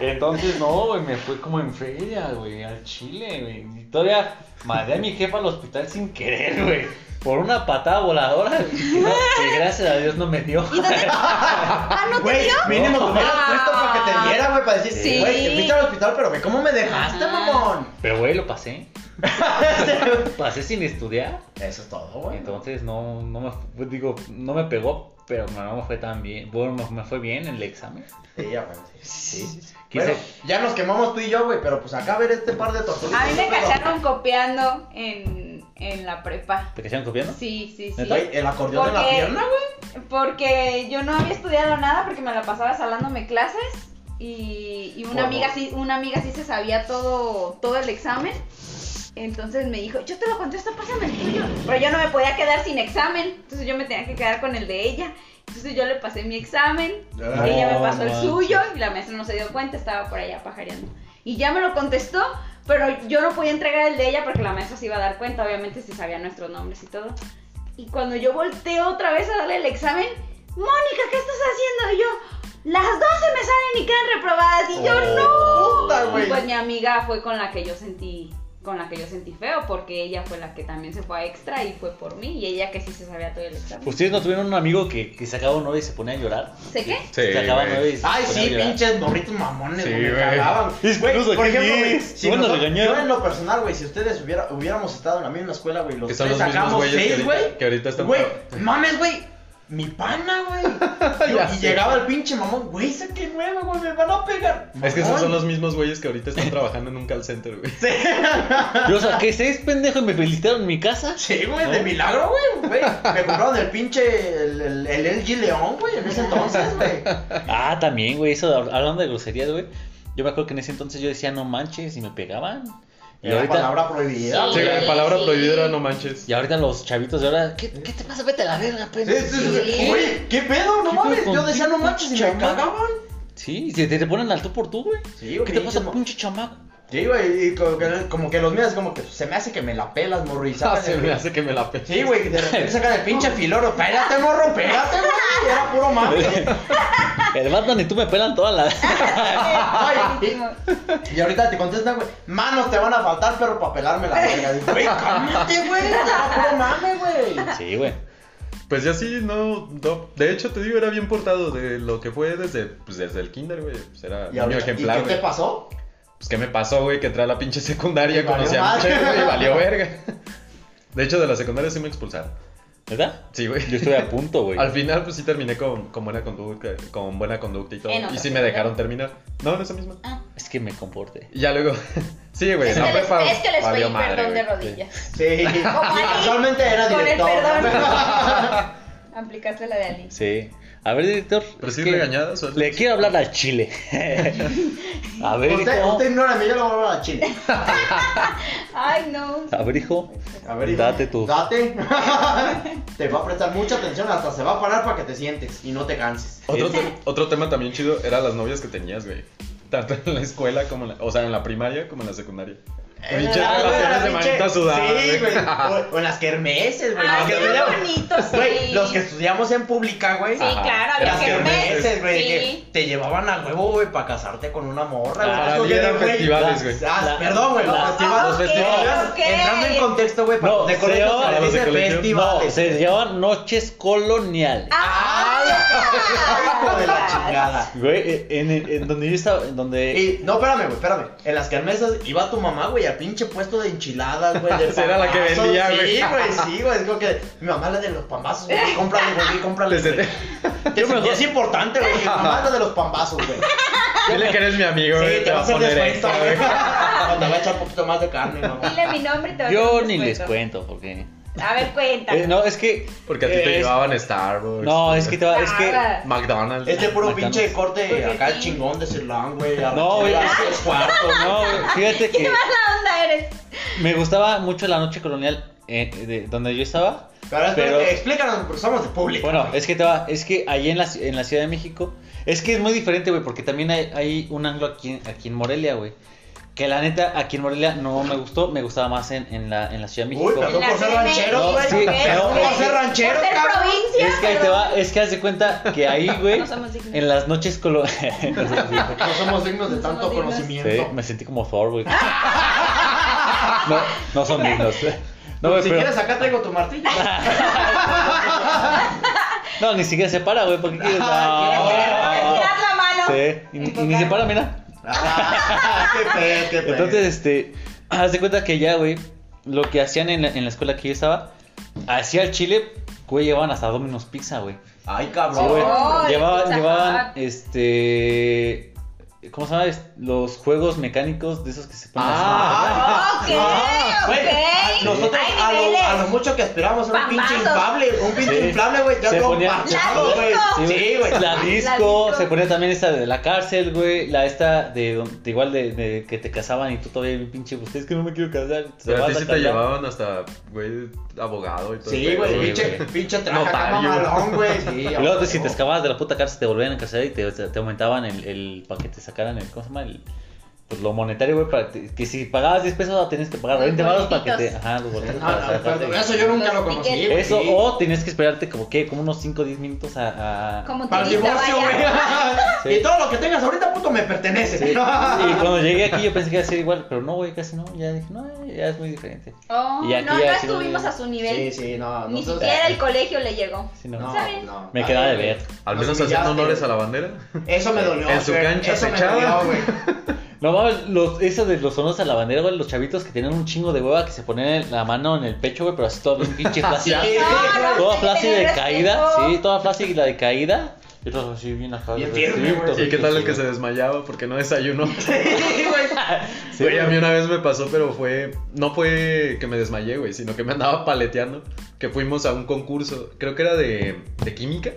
A: Entonces, no, güey, me fue como en feria, güey, al chile, güey. Y todavía mandé a mi jefa al hospital sin querer, güey. Por una patada voladora, güey, que, no- que gracias a Dios no me dio.
E: ¿Y dónde? Ah, no te
B: Güey,
E: dio.
B: mínimo te hubieras
E: Ah.
B: puesto para que te diera, güey, para decir,
E: Sí.
B: güey, te fuiste al hospital, pero ve cómo me dejaste,
E: Ah.
B: mamón.
A: Pero, güey, lo pasé. pasé sin estudiar.
B: Eso es todo, güey.
A: Entonces no, no me pues, digo, no me pegó, pero no me fue tan bien. Bueno, me, me fue bien en el examen.
B: Sí, ya, güey, sí.
A: Sí. Quise-
B: Bueno, ya nos quemamos tú y yo, güey, pero pues acá a ver este par de tortugas.
E: A mí me cacharon copiando en, en la prepa.
A: ¿Te cacharon copiando?
E: Sí, sí, sí.
A: ¿Neta?
B: Güey, el acordeón en la pierna, güey.
E: Porque yo no había estudiado nada porque me la pasaba salándome clases y, y una
B: Por
E: amiga
B: favor.
E: sí, una amiga sí se sabía todo, todo el examen. Entonces me dijo, yo te lo contesto, pásame el tuyo. Pero yo no me podía quedar sin examen, entonces yo me tenía que quedar con el de ella. Entonces yo le pasé mi examen,
B: No,
E: ella me pasó el
A: manches.
E: suyo y la maestra no se dio cuenta, estaba por allá pajareando. Y ya me lo contestó, pero yo no podía entregar el de ella porque la maestra se iba a dar cuenta, obviamente si sabía nuestros nombres y todo. Y cuando yo volteo otra vez a darle el examen, Mónica, ¿qué estás haciendo? Y yo, las dos se me salen y quedan reprobadas. Y
D: Oh.
E: yo no.
D: Ah,
B: Puta, güey.
E: Y pues mi amiga fue con la que yo sentí, con la que yo sentí feo, porque ella fue la que también se fue a extra y fue por mí. Y ella que sí se sabía todo el examen.
A: ¿Ustedes no tuvieron un amigo que, que sacaba un 9 y se ponía a llorar?
E: ¿Sé qué?
D: Pues, Sí,
A: Sacaba
D: güey.
A: nueve y se
B: Ay,
A: ponía
B: sí,
A: a llorar.
B: pinches morritos mamones,
D: Sí,
B: güey. me
D: güey.
B: cagaban.
A: Es que
B: Güey,
A: los
B: por
A: aquí,
B: ejemplo, güey,
A: se
B: si
A: van a
B: nosotros-
A: regañar.
B: yo en lo personal, güey, si ustedes hubiera- hubiéramos estado en la misma escuela, güey, los
D: Que
B: tres
D: son los mismos
B: sacamos
D: güeyes que
B: seis,
D: ahorita-
B: güey.
D: que ahorita están-
B: Güey, mames, güey. mi pana, güey. Yo-
D: Ya
B: y
D: sé.
B: llegaba el pinche mamón, güey, saqué nuevo, güey, me van a pegar.
D: Es que esos son
B: Mamón.
D: los mismos güeyes que ahorita están trabajando en un call center, güey.
A: Yo saqué seis pendejos y me felicitaron en mi casa.
B: Sí, güey, de milagro, güey, güey. Me compraron el pinche, el, el, el LG León, güey, en ese entonces, güey.
A: Ah, también, güey, eso de- hablando de groserías, güey. Yo me acuerdo que en ese entonces yo decía, no manches, y me pegaban. Y
B: Era
A: ahorita,
B: palabra prohibida,
D: Sí,
B: güey.
D: la palabra
C: Sí.
D: prohibida era no manches.
A: y ahorita los chavitos de ahora, ¿qué, qué te pasa? Vete a la verga,
B: Sí,
A: pendejo.
B: sí, sí. Oye, ¿qué pedo? No
A: ¿Qué
B: mames,
A: pedo
B: yo decía no
A: contigo,
B: manches y me
A: chamaco?
B: cagaban.
A: Sí, y se te, te ponen al tú por tú, güey.
B: Sí, güey,
A: ¿Qué te pasa,
B: chamo-
A: pinche chamaco?
B: Sí, güey, y como que, como que los miras como que se me hace que me la pelas, morro, y
D: Ah,
B: sacan
D: se
B: el-
D: me hace que me la pegue.
B: Sí, güey, que de repente sacan el pinche filoro, espérate, morro, espérate, güey, era puro mame.
A: El Batman y tú me pelan toda la...
B: Ay, y, y ahorita te contestan, güey, manos te van a faltar, pero para pelarme la verga. Y, Güey, cálmate, güey, era puro mame, güey.
A: Sí, güey.
D: Pues ya sí, no, no. De hecho, te digo, era bien portado de lo que fue desde, pues, desde el kinder, güey. Pues era
B: Y,
D: niño
B: ahorita, ¿y
D: ejemplar,
B: qué te
D: güey.
B: pasó?
D: Pues qué me pasó, güey, que entré a la pinche secundaria,
B: Y valió
D: conocí a
B: madre.
D: mujeres, güey, y valió verga. De hecho, de la secundaria sí me expulsaron.
A: ¿Verdad?
D: Sí, güey.
A: Yo estuve a punto, güey.
D: Al final, pues sí terminé con, con buena conducta, con buena conducta y todo.
E: En otra
D: Y sí me
E: secundaria.
D: dejaron terminar. No, en esa misma.
A: Es que me comporté.
D: Y ya luego. sí, güey,
E: Ah. Es,
D: no
E: que les,
D: Pues, prepa.
E: es que les pedí
D: valió madre,
E: perdón de
D: güey.
E: rodillas.
B: Sí,
E: Ali,
B: actualmente era
E: con el
B: director.
E: perdón. Aplicaste la de Ali.
A: Sí. A ver, director.
D: Pero
A: es
D: sí
A: que
D: regañadas. o algo
A: Le
D: así.
A: quiero hablar al chile. a ver,
B: Usted,
A: hijo.
B: usted ignórame, yo lo voy a hablar a Chile.
E: Ay, no.
A: A ver, hijo.
B: A ver, hijo,
A: Date tú.
B: Date. te va a prestar mucha atención, hasta se va a parar para que te sientes y no te canses.
D: Otro, te- otro tema también chido era las novias que tenías, güey. Tanto en la escuela como en la, O sea, en la primaria como en la secundaria. Pinches
B: Ah, güey,
D: relaciones de
B: pinche-
D: manita sudada. ¿eh?
B: Sí, güey.
D: güey.
B: O, o en las kermeses, güey.
E: Ay,
B: Los que
E: qué
B: estudiamos-
E: bonito, sí.
B: Güey, los que estudiamos en pública, güey.
E: Sí,
A: Ajá.
E: claro,
B: Las
E: había
D: Era
E: kermés.
B: kermeses, güey. de
E: Sí.
B: que Te llevaban a huevo, güey, para casarte con una morra, güey.
D: Para
B: Eso
D: mí
B: que
D: Ah, eran
B: de, güey,
D: festivales, güey.
B: Ah,
A: La-
B: perdón, güey, los
A: la-
B: festivales.
E: ok, Ah, ok.
B: Entrando en contexto, güey, para
A: No,
B: los de colegio
A: se
B: se
A: llama-
B: les dice
D: para los de colegio.
A: No,
B: festivales.
A: se llaman noches coloniales.
E: Ah,
B: ¡Ah, hijo de la chingada!
A: Güey, eh, en, en- en donde yo estaba, en donde...
B: Y, no, espérame, güey, espérame. En las carmesas iba tu mamá, güey, al pinche puesto de enchiladas, güey. de
D: Esa era la que
B: pambazos.
D: vendía,
B: Sí,
D: güey.
B: güey, sí, güey. Es como que mi mamá la de los pambazos, güey. Cómprale, güey, cómprale.
D: Desde-
B: güey. Te sentías importante, güey. Mi mamá es la de los pambazos, güey.
D: Dile que eres mi amigo, güey.
B: Sí, te va a hacer
D: poner
B: descuento,
D: extra,
B: güey. O te va a echar un poquito más de carne, mamá.
E: Dile mi nombre y te voy a
A: yo
E: hacer un
A: ni les
E: descuento.
A: cuento, porque...
E: A ver, cuenta.
A: Eh, no, es que...
D: Porque a ti
A: eh,
D: te
A: es-
D: llevaban Starbucks.
A: No, es que te va... Es que...
E: Nada.
D: McDonald's.
B: Es de puro pinche corte
E: Porque
B: acá
E: sí.
B: chingón de Ceilán, güey.
A: No, güey.
B: cuarto,
A: No, güey, fíjate
E: ¿Qué
A: que...
E: mala onda eres?
A: Me gustaba mucho la noche colonial eh, de donde yo estaba.
B: Pero, espérate,
A: Pero-
B: explícanos, porque somos de público.
A: Bueno, es que te va, es que ahí en la, ci- en la Ciudad de México, es que es muy diferente, güey, porque también hay, hay un anglo aquí, en- aquí en Morelia, güey. Que la neta, aquí en Morelia no me gustó, me gustaba más en, en la, en la Ciudad de México.
B: Uy, perdón
E: La
B: por ser
E: CDMX,
B: ranchero, güey.
A: sí,
B: Perdón por ser ranchero,
E: Por ser
B: cabrón.
E: provincia.
A: es que ahí te
E: pero-
A: va, es que haz de cuenta que ahí, güey,
E: No somos dignos.
A: en las noches colo... No somos dignos.
B: No somos dignos de
E: No
B: tanto
E: somos dignos.
B: conocimiento.
A: Sí, me sentí como Thor, güey. No, no son dignos. No, güey,
B: si
A: pero-
B: quieres, acá traigo tu martillo.
A: no, ni siquiera se para, güey, porque quieres...
B: Ah,
A: No,
E: Tirar la mano.
A: Sí, y ni- y ni se para, mira.
B: Ah, qué pedo, qué pedo.
A: Entonces, este, haz de cuenta que ya, güey, lo que hacían en la, en la escuela que yo estaba, hacía el chile, güey, llevaban hasta Domino's Pizza, güey.
B: Ay,
A: Sí, güey.
B: cabrón.
E: Oh,
A: llevaban,
E: Pizza
A: llevaban,
E: Hut.
A: este, ¿cómo se llama? Es- Los juegos mecánicos de esos que se ponen
D: Ah.
E: Ok,
B: Ah, güey,
E: ok.
B: a Nosotros
E: Hay
B: a lo,
E: niveles.
B: a lo mucho que esperábamos era un pinche
E: Pambazos.
B: inflable, un pinche
A: Sí.
B: inflable, güey, ya
A: Se
B: todo
A: ponía-
B: parchado, güey.
A: así,
B: Sí, güey.
A: La
E: La
A: disco,
E: disco.
A: se ponía también esta de la cárcel, güey. La esta de, don- de igual de, de que te casaban y tú todavía bien pinche, ustedes que no me quiero casar.
D: Pero a ti
A: vas a
D: sí te
A: casar".
D: llevaban hasta, güey, abogado y todo.
B: Sí,
D: el
B: güey,
D: pedo,
B: pinche, pinche traje acá
D: Notario.
B: mamalón, güey. Sí,
A: Y
B: a
A: luego te- si
B: huevo.
A: te escapabas de la puta cárcel te volvían a encarcelar y te, te aumentaban el, el para que te sacaran el ¿cómo se llama? El- pues lo monetario, güey, para que, que si pagabas 10 pesos tenías que pagar
E: Los
A: 20 baros para que te
E: boletitos.
A: ajá, los boletos
B: Ah,
A: para
B: no,
A: sacarte.
B: perdón, eso yo nunca lo conocí, güey.
A: Eso
B: Sí.
A: o tenías que esperarte como que como unos 5 o 10 minutos a, a-
E: Como
B: Para el
E: turista,
B: divorcio,
E: vaya.
B: güey.
A: Sí.
B: Y todo lo que tengas ahorita, puto, me pertenece.
A: Sí. Y cuando llegué aquí yo pensé que iba a ser igual, pero no, güey, casi no, ya dije, no, ya es muy diferente.
E: Oh,
A: Y aquí
E: no, no
A: ya sí lo
E: estuvimos
A: vi.
E: a su nivel.
B: Sí, sí, no.
E: Ni
B: nosotros-
E: siquiera el colegio le llegó.
A: Sí, no.
E: Está bien.
A: Me quedaba de
B: Ay,
A: ver.
D: Al
B: Nos
D: menos
B: humillaste,
D: haciendo honores
B: güey.
D: a la bandera.
B: Eso me dolió.
D: En su
B: güey.
D: cancha
B: Eso
D: se
B: me
D: echaba.
B: dolió, güey.
A: No mames, los, eso de los sonos a la bandera, güey, los chavitos que tenían un chingo de hueva que se ponían la mano en el pecho, güey, pero así toda bien pinche flácida.
B: Sí.
A: toda flácida de
E: tenía
A: caída,
E: respeto.
A: sí, toda flácida de caída. Y todos así bien acá.
B: Bien
A: de
B: tierno,
A: recto,
B: güey.
D: ¿Y qué tal el que se desmayaba porque no desayunó?
B: Sí, güey.
A: Sí,
D: Güey, a mí
A: güey.
D: una vez me pasó, pero fue. No fue que me desmayé, güey, sino que me andaba paleteando. Que fuimos a un concurso, creo que era de, de química.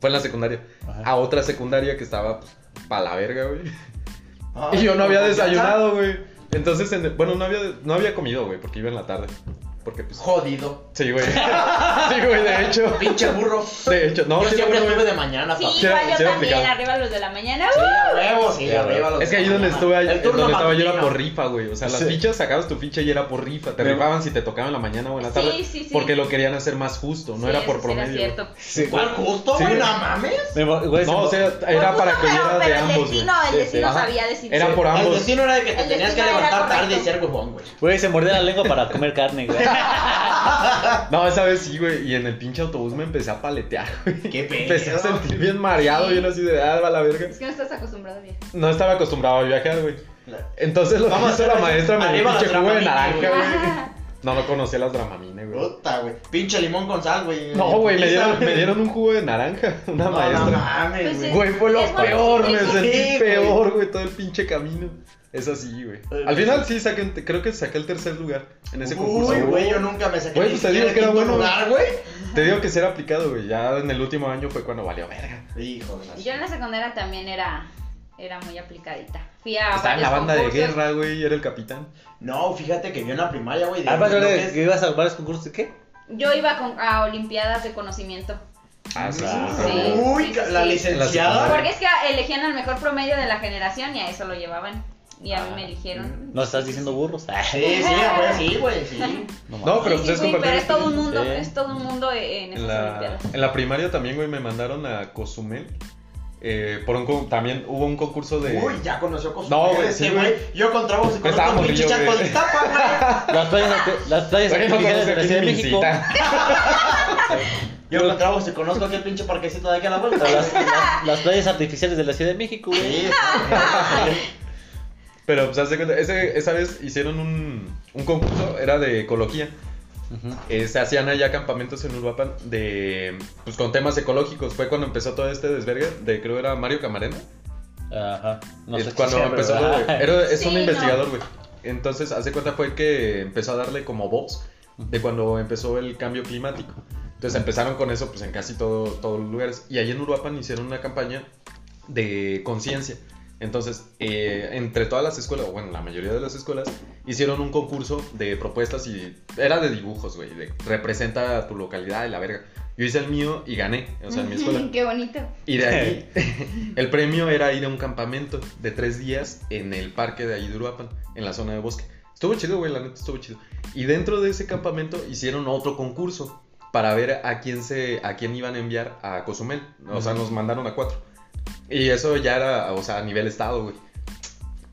D: Fue en la secundaria.
A: Ajá.
D: A otra secundaria que estaba pues, pa' la verga, güey.
B: Ah,
D: Y yo no había
B: ¿con
D: desayunado, güey. Entonces, en- bueno, no había, no había comido, güey, porque iba en la tarde. Porque pues.
B: confianza? Jodido.
D: Sí, güey. Sí, güey, de hecho.
B: Pinche burro.
D: De hecho, no,
B: yo
D: sí,
B: siempre
D: güey, güey.
B: estuve de mañana,
E: Sí,
B: papá.
D: Quiero-
E: igual yo
D: quiero
E: también,
D: aplicar.
E: arriba los de la mañana.
B: Sí,
E: ¡uh!
B: a huevo, sí,
D: Sí,
B: arriba los
D: es que ahí donde estuve,
B: El
D: ahí-
B: turno
D: donde estaba yo era
B: matutino.
D: por rifa, güey. O sea, las
A: Sí.
D: fichas sacabas tu ficha y era por rifa. Te
A: Me-
D: rifaban si te tocaban en la mañana o en la
E: Sí,
D: tarde.
E: sí, sí.
D: Porque lo querían hacer más justo, no
E: Sí,
D: era
E: eso
D: por
E: sí era
D: promedio.
E: cierto.
A: Sí, güey.
B: ¿Cuál justo,
D: Sí,
B: güey?
D: güey.
B: No mames.
A: Me mo- güey, se
D: No,
A: mo-
D: o sea, era
E: Pues,
D: para
E: no,
D: que
E: pero-
D: hubiera de
E: pero el
D: ambos, güey.
E: destino- el
D: Sí,
E: destino
D: sí. Ajá.
E: sabía decidir.
D: Era por
B: El
D: ambos.
B: destino era de que te
E: El
B: tenías que
E: destino era
B: levantar
E: correcto.
B: tarde y ser huevón, güey.
A: güey, se mordía la lengua para comer carne, güey. Ah,
D: No, esa vez sí, güey. Y en el pinche autobús me empecé a paletear, güey.
B: Qué pedo.
D: Empecé a sentir bien mareado,
E: Sí.
D: bien así de, ah, va la verga.
E: Es que no estás acostumbrado bien.
D: No estaba acostumbrado a viajar, güey. Entonces lo
B: Vamos
D: vamos
B: a
D: a la
B: hacer-
D: maestra me dio
B: arriba
D: un pinche
B: las
D: jugo de naranja,
B: Dramamine, güey.
D: güey. No, no conocía las dramamine, güey.
B: Puta, güey. Pinche limón con sal, güey.
D: No, güey, me dieron, me dieron un jugo de naranja, una
B: Eh, No, No
D: maestra.
B: mames,
E: Pues,
B: güey.
D: Güey, fue lo
E: Es bueno,
D: peor, me
E: sí,
D: sentí
B: güey.
D: peor, güey, todo el pinche camino. Es así, güey. Al final sí, saqué, un- creo que saqué el tercer lugar en ese concurso.
B: Eh, Uy, güey, yo nunca me saqué
D: Güey,
B: ni
D: pues te digo
B: siquiera
D: que era
B: el quinto
D: bueno.
B: lugar, güey.
D: Te digo que sí era aplicado, güey. Ya en el último año fue cuando valió verga.
B: Hijo de la...
E: Yo en la secundaria también era, era muy aplicadita. Fui a
D: Estaba en la
E: varios
D: banda de
E: concursos.
D: guerra, güey, era el capitán.
B: No, fíjate que yo en la primaria, güey. de-
A: Ah, pero
D: pues,
B: lo que
A: que
B: es-
A: que ibas a varios concursos de qué?
E: Yo iba con- a olimpiadas de conocimiento.
D: Ah, sí, sí,
A: Sí.
D: sí.
B: Uy,
E: sí,
B: ca-
E: sí,
B: la
E: sí.
D: Ah.
B: licenciada.
E: Porque es que elegían al mejor promedio de la generación y a eso lo llevaban. Y a mí
D: Ah,
E: me
D: mm.
E: eligieron.
A: No estás diciendo burros. Ah,
B: Sí, sí, güey, sí, güey, sí.
A: no
D: No, pero
E: Sí,
D: ustedes
E: sí, güey, pero
D: compartieron
E: es todo un mundo,
A: Sí.
E: es todo un mundo eh, en esas
D: En la,
E: olimpiadas.
D: en la primaria también, güey, me mandaron a Cozumel. eh, por un con- también hubo un concurso de.
B: Uy, ya conoció con su
D: No, güey,
B: este,
D: sí, güey.
B: Yo contra vos y con
D: Estaba
B: un pinche
D: morrillo,
B: chaco
D: güey.
B: de tapa,
A: Las playas, las playas
D: Oye, no
A: artificiales de la Ciudad
D: conoce aquí
A: de
D: ni
A: México.
D: Mincita.
B: güey. Yo contra vos y conozco aquí el pinche parquecito de aquí a la vuelta.
A: Las, las- las playas artificiales de la Ciudad de México, güey.
B: Sí, sí.
D: Pero, pues, haz de cuenta, ese- esa vez hicieron un, un concurso, era de ecología.
A: Ujú.
D: Eh, se hacían allá campamentos en Uruapan de, pues, con temas ecológicos. Fue cuando empezó todo este desvergue de, creo, era Mario Camarena.
A: Ajá. No
D: Es
A: sé qué
D: cuando
A: sea,
D: empezó,
A: pero-
D: güey, era- es
E: Sí,
D: un
E: no.
D: investigador, güey. Entonces, hace cuenta fue el que empezó a darle como voz de cuando empezó el cambio climático. Entonces empezaron con eso pues en casi todo, todos los lugares. Y ahí en Uruapan hicieron una campaña de conciencia. Entonces, eh, entre todas las escuelas, o bueno, la mayoría de las escuelas, hicieron un concurso de propuestas y era de dibujos, güey, de representa tu localidad y la verga. Yo hice el mío y gané, o sea, en mi escuela.
E: Qué bonito.
D: Y de ahí, el premio era ir a un campamento de tres días en el parque de ahí de Uruapan, en la zona de bosque. Estuvo chido, güey, la neta estuvo chido. Y dentro de ese campamento hicieron otro concurso para ver a quién se a quién iban a enviar a Cozumel. O sea,
A: Ujú.
D: nos mandaron a cuatro. Y eso ya era, o sea, a nivel estado, güey.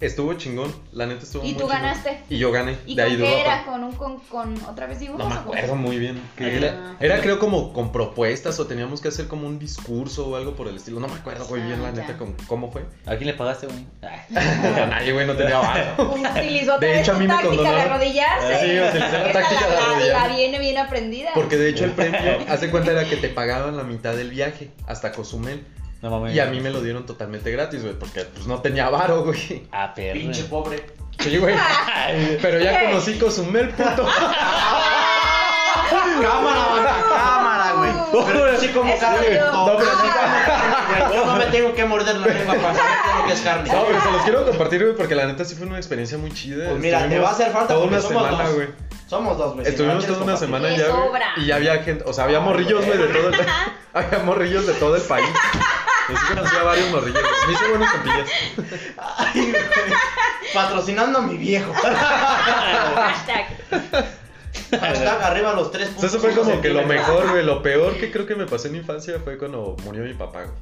D: Estuvo chingón, la neta estuvo
E: ¿Y
D: muy
E: tú
D: chingón.
E: ganaste?
D: Y yo gané,
E: ¿Y
D: de ahí
E: con
D: de
E: qué
D: Uruapan.
E: era? ¿Con un con, con otra vez dibujos?
D: No me
E: o con-
D: acuerdo muy bien.
A: Ah.
D: Era, era, creo como con propuestas o teníamos que hacer como un discurso o algo por el estilo. No me acuerdo muy bien
E: Ah,
D: la
E: ya.
D: neta con, cómo fue.
A: ¿A quién le pagaste, güey? Ah.
D: A nadie, güey, no tenía barro.
E: Utilizó otra
D: De
E: vez
D: hecho, a
E: su
D: mí me
E: táctica de
D: condonaron.
E: arrodillarse.
D: Sí, utilicé la
E: Esa
D: táctica de
E: la-
D: arrodillar.
E: La viene bien aprendida.
D: Porque de hecho el premio, haz de cuenta, era que te pagaban la mitad del viaje hasta Cozumel.
A: No mames.
D: Y a mí me lo dieron totalmente gratis, güey, porque pues no tenía varo, güey.
A: Ah, perro.
B: Pinche pobre.
D: Sí, güey. Pero ya conocí Cozumel, puto.
B: Cámara, banda, cámara, güey. Pero sí como
E: Eso
B: carne.
E: yo.
B: No, pero sí
E: Ah.
B: como carne. Yo no me tengo que morder la lengua para saber qué es lo que es carne.
D: No, pero se los quiero compartir, güey, porque la neta sí fue una experiencia muy chida.
B: Pues mira, te va a hacer falta
D: toda
B: porque
D: una
B: somos
D: semana,
B: dos.
D: güey.
B: Somos dos, güey. Pues si no
D: Estuvimos
B: quieres
D: toda una
B: compartir.
D: semana
E: Me
D: ya, güey,
E: sobra.
D: y ya había gente, o sea, había
B: Ay,
D: morrillos, güey, de
B: güey.
D: todo el había morrillos de todo el país. Yo sí conocía a varios morrillos, güey. me hice buenos compillas.
B: Ay, güey. Patrocinando a mi viejo.
E: Hashtag.
B: Hashtag arriba los tres
D: O sea,
B: puntos.
D: eso fue como que lo
B: centímetros.
D: mejor, güey, lo peor que creo que me pasó en mi infancia fue cuando murió mi papá, güey.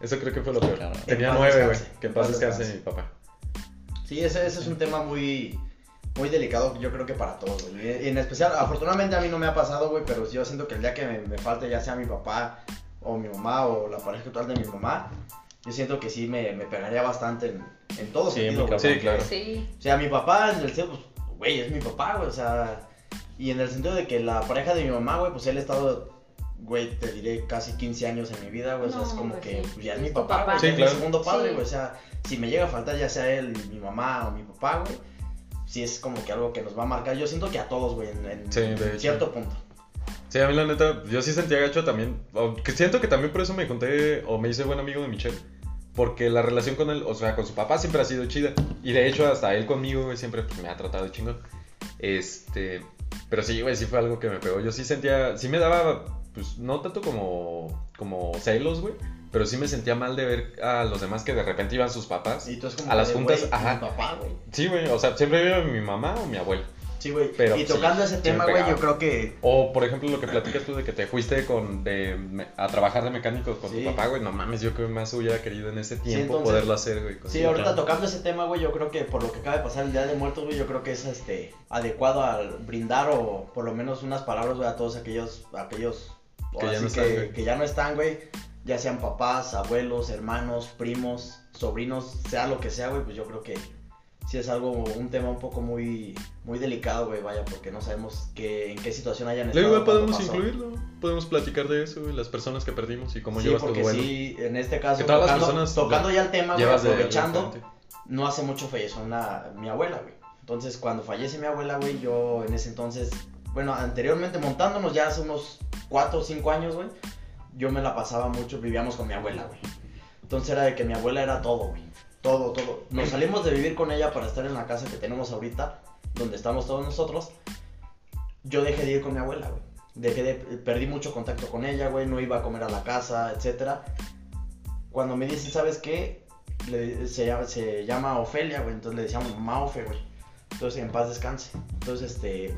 D: Eso creo que fue lo peor.
A: Cabrón.
B: Que
D: Tenía
B: en paz
D: nueve, güey.
B: descanse.
D: Que en paz
B: Que en paz
D: descanse
B: descanse.
D: mi papá.
B: Sí, ese, ese es un tema muy, muy delicado, yo creo que para todos, güey. En especial, afortunadamente a mí no me ha pasado, güey, pero yo siento que el día que me, me falte, ya sea mi papá o mi mamá o la pareja actual de mi mamá, yo siento que sí me, me pegaría bastante en, En todo
A: Sí,
B: sentido,
A: muy
B: güey.
A: cabrón.
D: Sí, claro.
E: Sí.
B: O sea, mi papá, en el sentido, pues, güey, es mi papá, güey, o sea. Y en el sentido de que la pareja de mi mamá, güey, pues él ha estado, güey, te diré, casi 15 años en mi vida, güey, o sea,
E: No,
B: es como
E: pues,
B: que
E: sí.
B: pues, ya es mi
E: Es tu
B: papá,
E: papá.
B: güey,
D: Sí,
B: es
D: claro.
B: mi segundo padre,
E: Sí.
B: güey, o sea, si me llega a faltar ya sea él, mi mamá o mi papá, güey, sí es como que algo que nos va a marcar. Yo siento que a todos, güey, en, en-
D: Sí, de
B: en
D: hecho.
B: cierto punto.
D: Sí, a mí la neta, yo sí sentía gacho también. aunque siento que también por eso me conté o me hice buen amigo de Michelle. Porque la relación con él, o sea, con su papá siempre ha sido chida. Y de hecho, hasta él conmigo, güey, siempre pues, me ha tratado de chingón. Este. Pero sí, güey, sí fue algo que me pegó. Yo sí sentía. Sí me daba, pues, no tanto como, como celos, güey. Pero sí me sentía mal de ver a los demás que de repente iban sus papás.
B: Y tú es como
D: A las
B: de,
D: juntas,
B: güey,
D: ajá.
B: Mi papá, güey.
D: Sí, güey, o sea, siempre iba mi mamá o mi abuela.
B: Sí, güey.
D: Pero,
B: Y
D: sí,
B: tocando ese
D: sí
B: tema,
D: me
B: güey, yo creo
D: pegaba.
B: que.
D: O, por ejemplo, lo que platicas tú de que te fuiste con, de, me- a trabajar de mecánico con
B: Sí.
D: tu papá, güey. No mames, yo creo que más hubiera querido en ese tiempo
B: entonces-
D: poderlo hacer, güey. con-
B: Sí, ahorita
A: claro.
B: tocando ese tema, güey, yo creo que por lo que acaba de pasar el Día de Muertos, güey, yo creo que es este adecuado al brindar o por lo menos unas palabras, güey, a todos aquellos, aquellos
D: Que
B: ahora
D: ya no
B: sí
D: están,
B: que,
D: güey.
B: que ya no están, güey, ya sean papás, abuelos, hermanos, primos, sobrinos, sea lo que sea, güey, pues yo creo que sí es algo, un tema un poco muy, muy delicado, güey, vaya, porque no sabemos qué, en qué situación hayan estado.
D: Luego igual
B: cuando
D: podemos
B: pasó.
D: incluirlo, podemos platicar de eso, güey, las personas que perdimos y cómo
B: Sí,
D: llevas tu
B: porque
D: duelo.
B: sí, en este caso,
D: Que todas las
B: tocando,
D: personas
B: tocando ya el tema, güey,
D: Llevas de-
B: aprovechando
D: de frente.
B: no hace mucho falleció una, mi abuela, güey. Entonces, cuando fallece mi abuela, güey, yo en ese entonces, bueno, anteriormente montándonos ya hace unos 4 o 5 años, güey, yo me la pasaba mucho, vivíamos con mi abuela, güey. Entonces era de que mi abuela era todo, güey. Todo, todo. Nos salimos de vivir con ella para estar en la casa que tenemos ahorita, donde estamos todos nosotros. Yo dejé de ir con mi abuela, güey. Dejé de, perdí mucho contacto con ella, güey, no iba a comer a la casa, etcétera. Cuando me dicen, ¿sabes qué? le- se, llama, se llama Ofelia, güey. Entonces le decíamos Maofe, güey. Entonces en paz descanse. Entonces, este,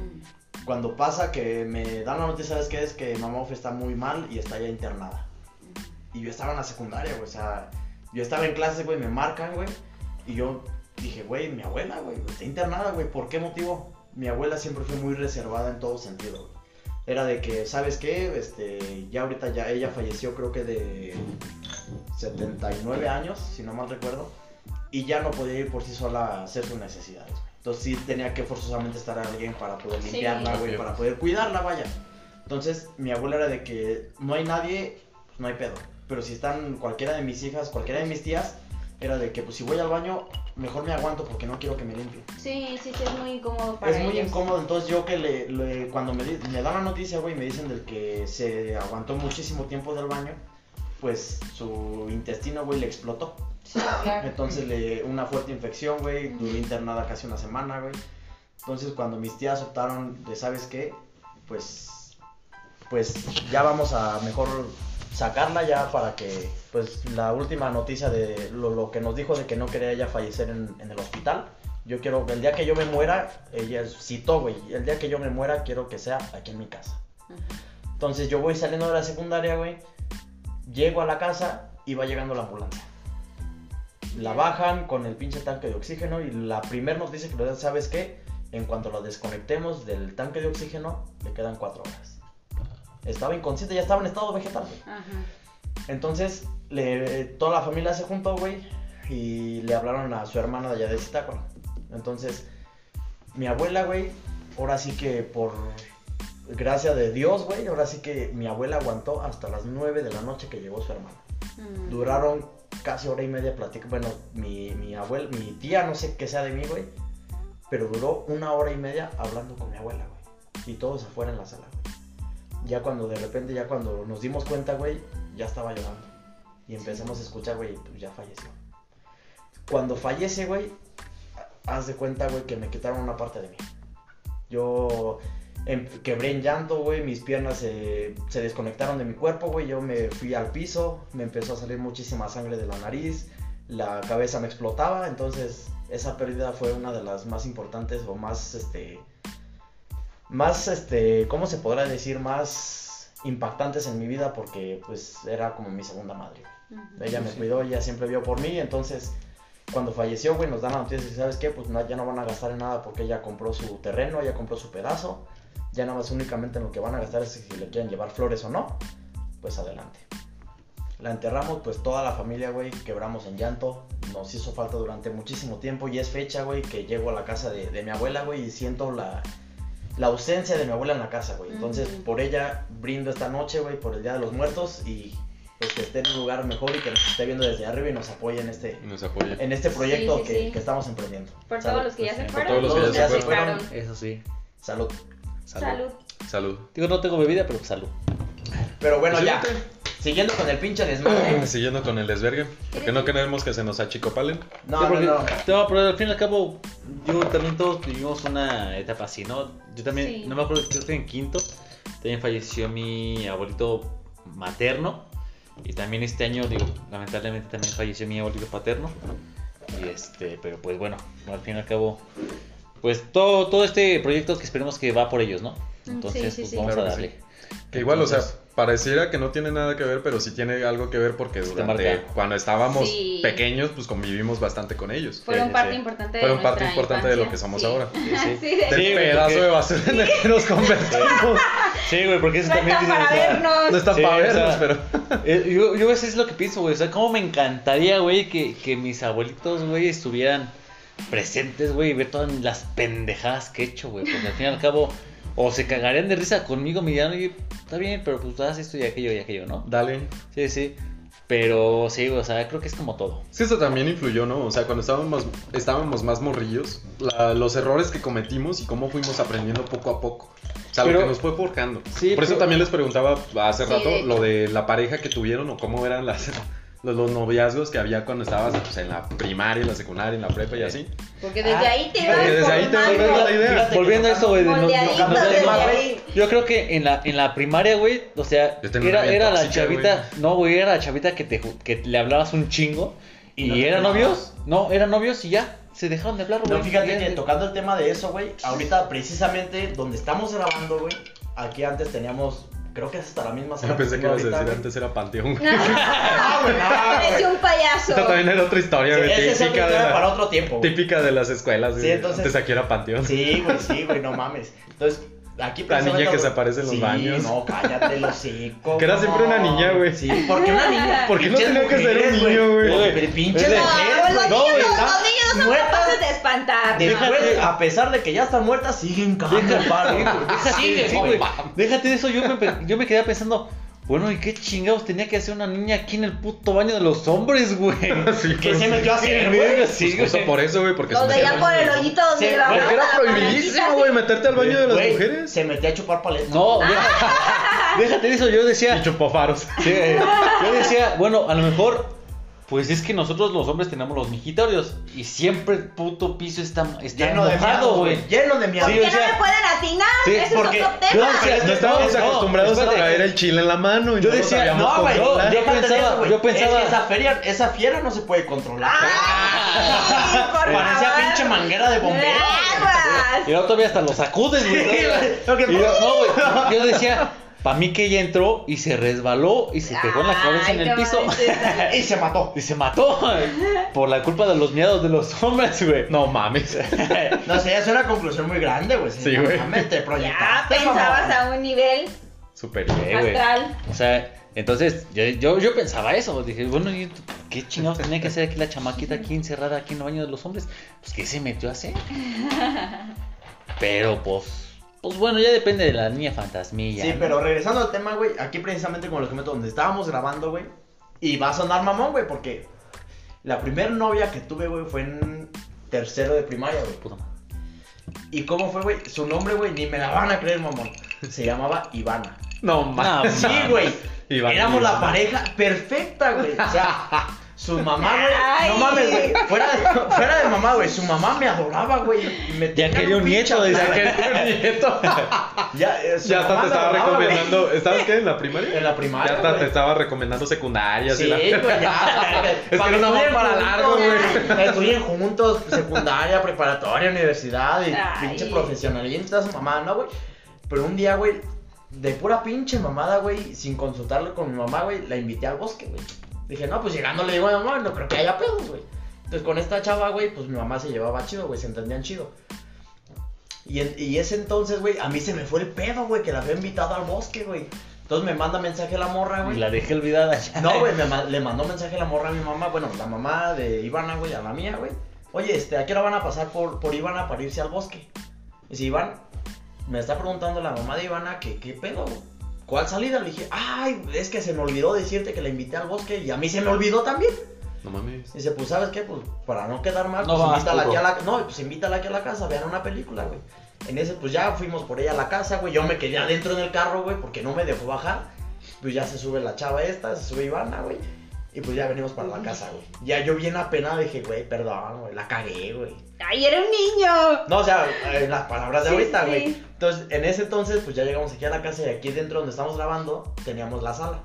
B: cuando pasa que me dan la noticia, ¿sabes qué? Es que mamá Ofe está muy mal y está ya internada. Y yo estaba en la secundaria, güey. O sea, yo estaba en clases, güey, me marcan, güey. Y yo dije, güey, mi abuela, güey, está internada, güey. ¿Por qué motivo? Mi abuela siempre fue muy reservada en todo sentido, güey. Era de que, ¿sabes qué? Este, ya ahorita ya ella falleció creo que de 79 años, si no mal recuerdo, y ya no podía ir por sí sola a hacer sus necesidades. güey. Entonces sí tenía que forzosamente estar alguien para poder
E: Sí.
B: limpiarla, güey,
D: Ok.
B: para poder cuidarla, vaya. Entonces mi abuela era de que no hay nadie, pues, no hay pedo. Pero si están cualquiera de mis hijas, cualquiera de mis tías, era de que pues si voy al baño, mejor me aguanto porque no quiero que me limpien.
E: Sí, sí, sí, es muy incómodo para
B: es muy
E: ellos.
B: incómodo, entonces yo que le, le- cuando me, di- me dan la noticia, güey, me dicen del que se aguantó muchísimo tiempo del baño, pues su intestino, güey, le explotó.
E: Sí, claro.
B: Entonces le una fuerte infección, güey, duré internada casi una semana, güey. Entonces cuando mis tías optaron de, ¿sabes qué? Pues pues ya vamos a mejor sacarla ya para que pues la última noticia de lo, lo que nos dijo de que no quería ella fallecer en, en el hospital. Yo quiero que el día que yo me muera, ella citó, güey, el día que yo me muera quiero que sea aquí en mi casa. Entonces yo voy saliendo de la secundaria, güey. Llego a la casa y va llegando la ambulancia. La bajan con el pinche tanque de oxígeno y la primer nos dice que lo sabes qué, en cuanto lo desconectemos del tanque de oxígeno, le quedan cuatro horas. Estaba inconsciente, ya estaba en estado vegetal, güey.
E: Ajá.
B: Entonces, le- toda la familia se juntó, güey, y le hablaron a su hermana de allá de Zitácuaro. Entonces, mi abuela, güey, ahora sí que por gracia de Dios, güey, ahora sí que mi abuela aguantó hasta las 9 de la noche que llegó su hermana.
E: Mm.
B: Duraron casi hora y media platicando. Bueno, mi, mi abuela, mi tía, no sé qué sea de mí, güey, pero duró una hora y media hablando con mi abuela, güey. Y todos afuera en la sala, güey. Ya cuando de repente, ya cuando nos dimos cuenta, güey, ya estaba llorando. Y empezamos a escuchar, güey, pues ya falleció. Cuando fallece, güey, haz de cuenta, güey, que me quitaron una parte de mí. Yo em- quebré en llanto, güey, mis piernas eh, se desconectaron de mi cuerpo, güey, yo me fui al piso, me empezó a salir muchísima sangre de la nariz, la cabeza me explotaba, entonces esa pérdida fue una de las más importantes o más, este, más, este, ¿cómo se podrá decir? Más impactantes en mi vida porque pues era como mi segunda madre.
E: Ujú.
B: Ella me cuidó, ella siempre vio por mí, entonces cuando falleció, güey, nos dan la noticia y sabes qué, pues no- ya no van a gastar en nada porque ella compró su terreno, ella compró su pedazo, ya nada más únicamente en lo que van a gastar es si le quieren llevar flores o no, pues adelante. La enterramos, pues toda la familia, güey, quebramos en llanto. Nos hizo falta durante muchísimo tiempo y es fecha, güey, que llego a la casa de, de mi abuela, güey, y siento la, la ausencia de mi abuela en la casa, güey. Entonces,
E: Ujú.
B: por ella brindo esta noche, güey, por el Día de los Muertos y pues que esté en un lugar mejor y que nos esté viendo desde arriba y nos apoye en este,
D: Nos apoya.
B: en este proyecto
E: Sí, sí,
B: que,
E: sí.
B: que estamos emprendiendo.
E: Por
B: Salud.
E: todos los que ya se
A: Por
E: fueron.
D: todos los que ya se
B: fueron.
A: Eso sí.
B: Salud.
E: Salud.
D: Salud.
A: Digo, no tengo bebida, pero salud.
B: Pero bueno,
D: Pues
B: ya.
D: fíjate.
B: Siguiendo con el pinche desmadre.
D: Siguiendo con el desvergue, porque no queremos que se nos achicopalen.
A: Sí,
B: No, no,
A: porque-
B: no.
A: no, pero al fin y al cabo, yo también todos vivimos una etapa así, ¿no? Yo también,
E: Sí.
A: no me acuerdo, creo que en quinto, también falleció mi abuelito materno. Y también este año, digo, lamentablemente también falleció mi abuelito paterno. Y este, pero pues bueno, al fin y al cabo, pues todo, todo este proyecto que esperemos que va por ellos, ¿no? Entonces,
E: Mm, sí,
A: pues
E: sí.
A: vamos
D: Claro
A: a
D: que
A: darle.
D: Que igual, o sea,
A: Entonces-
D: pareciera que no tiene nada que ver, pero sí tiene algo que ver porque
A: Está
D: durante
A: marcado.
D: cuando estábamos
E: Sí.
D: pequeños, pues convivimos bastante con ellos.
E: Fueron
A: sí,
E: parte
A: sí.
E: importante de
D: Fueron parte
E: nuestra
D: importante de lo que
E: infancia.
D: somos
E: Sí.
D: ahora.
A: Sí, sí.
E: Sí, de-
D: Del
A: Sí, güey,
D: pedazo
A: porque-
D: de basura en el que nos convertimos.
A: Sí, güey, porque eso
E: No
A: también
E: está
A: dices,
E: para
A: o sea,
E: vernos.
D: No estás
A: Sí,
D: para
A: o sea,
D: vernos, pero.
A: Eh, yo, yo a veces es lo que pienso, güey. O sea, cómo me encantaría, güey, que, que mis abuelitos, güey, estuvieran presentes, güey, y ver todas las pendejadas que he hecho, güey. Porque al fin y al cabo, o se cagarían de risa conmigo, me dirán, oye, está bien, pero pues haz esto y aquello y aquello, ¿no?
D: Dale.
A: Sí, sí. Pero sí, güey, o sea, creo que es como todo.
D: Es que eso también influyó, ¿no? O sea, cuando estábamos, estábamos más morrillos, la- los errores que cometimos y cómo fuimos aprendiendo poco a poco. O sea,
A: Pero-
D: lo que nos fue forjando.
A: Sí,
D: Por eso
A: pero-
D: también les preguntaba hace
E: Sí,
D: rato
E: de hecho.
D: lo de la pareja que tuvieron o cómo eran las, los, los noviazgos que había cuando estabas pues, en la primaria, en la secundaria, en la prepa y así.
E: Porque desde
B: Ah,
E: ahí te
B: porque
E: vas
D: desde ahí te
E: formando.
D: vuelves la idea.
B: Fíjate que
A: Volviendo a eso, güey, de no-
E: Moldeadito
A: no- no-
E: desde
A: no-
E: ahí.
A: Yo creo que en la, en la primaria, güey, o sea,
D: Yo tenía
A: era,
D: una bien
A: era la
D: tóxica,
A: chavita, no, güey, era la chavita que, te, ju- que le hablabas un chingo y,
B: Y no te
A: eran novios,
B: peleabas.
A: no, eran novios y ya, se dejaron de hablar, güey.
B: No, fíjate
A: Ya,
B: que tocando el tema de eso, güey, ahorita precisamente donde estamos grabando, güey, aquí antes teníamos, creo que es hasta la misma sala.
D: Ah, Pensé que
B: no
D: ibas a decir
B: ahorita,
D: antes era Panteón. güey.
B: güey. Ah, güey.
E: Pareció un payaso.
D: Esa también era otra historia,
B: Sí,
D: güey,
B: esa es otra
D: típica, de
B: historia
D: la-
B: para otro tiempo. güey.
D: típica de las escuelas.
B: Sí,
D: güey.
B: entonces-
D: Antes aquí era Panteón.
B: Sí, güey, sí, güey, no mames. Entonces, aquí
D: La niña
B: precisamente-
D: que se aparece en los
B: Sí,
D: baños.
B: No, cállate los cinco.
D: Que era siempre una niña, güey.
B: Sí, porque una niña.
D: ¿Por qué no
B: Pinches
D: tenía que ser un
B: mujeres,
D: niño, güey?
B: Porque Pinches
A: Es de-
B: mujeres, güey.
E: No, los niños,
B: están
E: los niños no son
B: muertas
E: capaces de espantar.
B: de-
E: no.
B: güey, a pesar de que ya están muertas, siguen cagando el palo.
A: Déjate,
B: Siguen,
A: sí,
B: güey.
A: güey, déjate de eso, yo me, pe- yo me quedé pensando, bueno, ¿y qué chingados tenía que hacer una niña aquí en el puto baño de los hombres, güey?
D: Sí,
B: Que
D: pues,
B: se metió así, güey.
A: Verga,
D: pues,
A: sí,
D: justo
A: güey.
D: por eso, güey, porque se
E: Los de
D: metían
E: allá por el hoyito donde
B: Sí,
E: la
B: porque
D: Porque era
E: la
D: prohibidísimo, güey, meterte al baño de las
B: Güey,
D: mujeres.
B: Se metía a chupar paletas.
A: No, déjate, déjate de eso, yo decía...
D: Y chupofaros.
A: Sí, eh, yo decía, bueno, a lo mejor, pues es que nosotros los hombres tenemos los mijitorios y siempre el puto piso está, está
B: Lleno de
A: mojado,
B: miedo,
A: güey.
B: güey. Lleno de miedo.
A: Sí,
E: Que
A: o sea,
E: no me pueden atinar.
A: sí,
E: Ese es otro
B: porque yo
E: tema.
B: decía-
D: No estábamos
A: no,
D: acostumbrados a
A: espérate.
D: traer el chile en la mano. Y
A: Yo
D: no lo
A: decía,
D: sabíamos
B: No, güey,
A: Yo-
D: controlar.
A: yo
B: déjate de
A: pensaba-
B: eso, güey.
A: yo pensaba- Ah,
B: Es que esa, feria, esa fiera no se puede controlar.
E: Sí, por
B: Parecía
E: favor.
B: pinche manguera de bombero.
A: Ah,
E: Aguas.
A: Y luego todavía hasta lo sacudes, güey.
B: Sí, güey.
A: Y yo, no, güey, yo decía, para mí que ella entró y se resbaló y se pegó en la cabeza
E: Ay,
A: en el
E: no
A: piso
E: manches.
B: Y se mató.
A: y se mató güey, por la culpa de los miedos de los hombres, güey.
D: No mames.
B: No sé, es una conclusión muy grande, güey.
D: Sí, güey.
B: No mames, te
E: Ya
B: proyectaste,
E: pensabas
B: mamón.
E: a un nivel
D: Super
A: Eh, güey.
E: astral.
A: O sea, entonces yo, yo, yo pensaba eso. Dije, bueno, ¿y ¿qué chingados tenía que hacer aquí la chamaquita aquí encerrada aquí en el baño de los hombres? Pues, ¿qué se metió a hacer? Pero, pues, pues bueno, ya depende de la niña fantasmilla.
B: Sí,
A: ¿no?
B: pero regresando al tema, güey, aquí precisamente con los que meto donde estábamos grabando, güey. Y va a sonar mamón, güey, porque la primera novia que tuve, güey, fue en tercero de primaria, güey.
A: Puta madre.
B: ¿Y cómo fue, güey? Su nombre, güey, ni me la van a creer, mamón. Se llamaba Ivana.
D: No
A: No,
D: mames.
B: Sí, güey.
D: Ivana,
B: Éramos la
D: Ivana.
B: pareja perfecta, güey. O sea, su mamá, güey. No
E: Ay.
B: mames, güey. Fuera, de- fuera de mamá, güey. Su mamá me adoraba, güey. y Me
A: Ya
B: tenía
A: quería un
B: pinche
A: nieto, dice.
B: atada.
D: Nieto.
B: Ya, eh, su
D: Ya hasta
B: mamá
D: te
B: me
D: estaba
B: adoraba, güey.
D: recomendando. ¿Estabas qué? ¿En la primaria?
B: En la primaria,
D: Ya hasta
B: güey.
D: te estaba recomendando secundarias.
B: Sí,
D: y la-
B: güey, ya.
D: que
B: Para que
D: no va
B: estudien
D: para
B: juntos,
D: largo, güey.
B: Estudien juntos, secundaria, preparatoria, universidad y
E: Ay.
B: pinche profesionalistas, mamá, ¿no, güey? Pero un día, güey, de pura pinche mamada, güey, sin consultarle con mi mamá, güey, la invité al bosque, güey. Dije, no, pues llegando le digo a mi mamá, no creo que haya pedos, güey. Entonces con esta chava, güey, pues mi mamá se llevaba chido, güey, se entendían chido. Y, en- y ese entonces, güey, a mí se me fue el pedo, güey, que la había invitado al bosque, güey. Entonces me manda mensaje la morra,
A: Y
B: güey.
A: la dejé olvidada ya.
B: No, güey, me ma- le mandó mensaje la morra a mi mamá, bueno, la mamá de Ivana, güey, a la mía, güey. Oye, este, ¿a qué hora van a pasar por, por Ivana para irse al bosque? Y si Iván, me está preguntando la mamá de Ivana que qué pedo, güey? ¿Cuál salida? Le dije, ay, es que se me olvidó decirte que la invité al bosque y a mí se me olvidó también.
D: No mames.
B: Dice, pues, ¿sabes qué? Pues, para no quedar mal,
A: No
B: pues,
A: vas,
B: invítala aquí
A: puto.
B: a la... No, pues, invítala aquí a la casa, vean una película, güey. En ese, pues, ya fuimos por ella a la casa, güey. Yo me quedé adentro en el carro, güey, porque no me dejó bajar. Pues, ya se sube la chava esta, se sube Ivana, güey. Y, pues, ya venimos para la casa, güey. Ya yo bien apenado dije, güey, perdón, güey, la cagué, güey.
E: ¡Ay, era un niño!
B: No, o sea, en las palabras de
E: Sí,
B: ahorita,
E: sí.
B: güey. Entonces, en ese entonces, pues ya llegamos aquí a la casa y aquí dentro donde estamos grabando, teníamos la sala.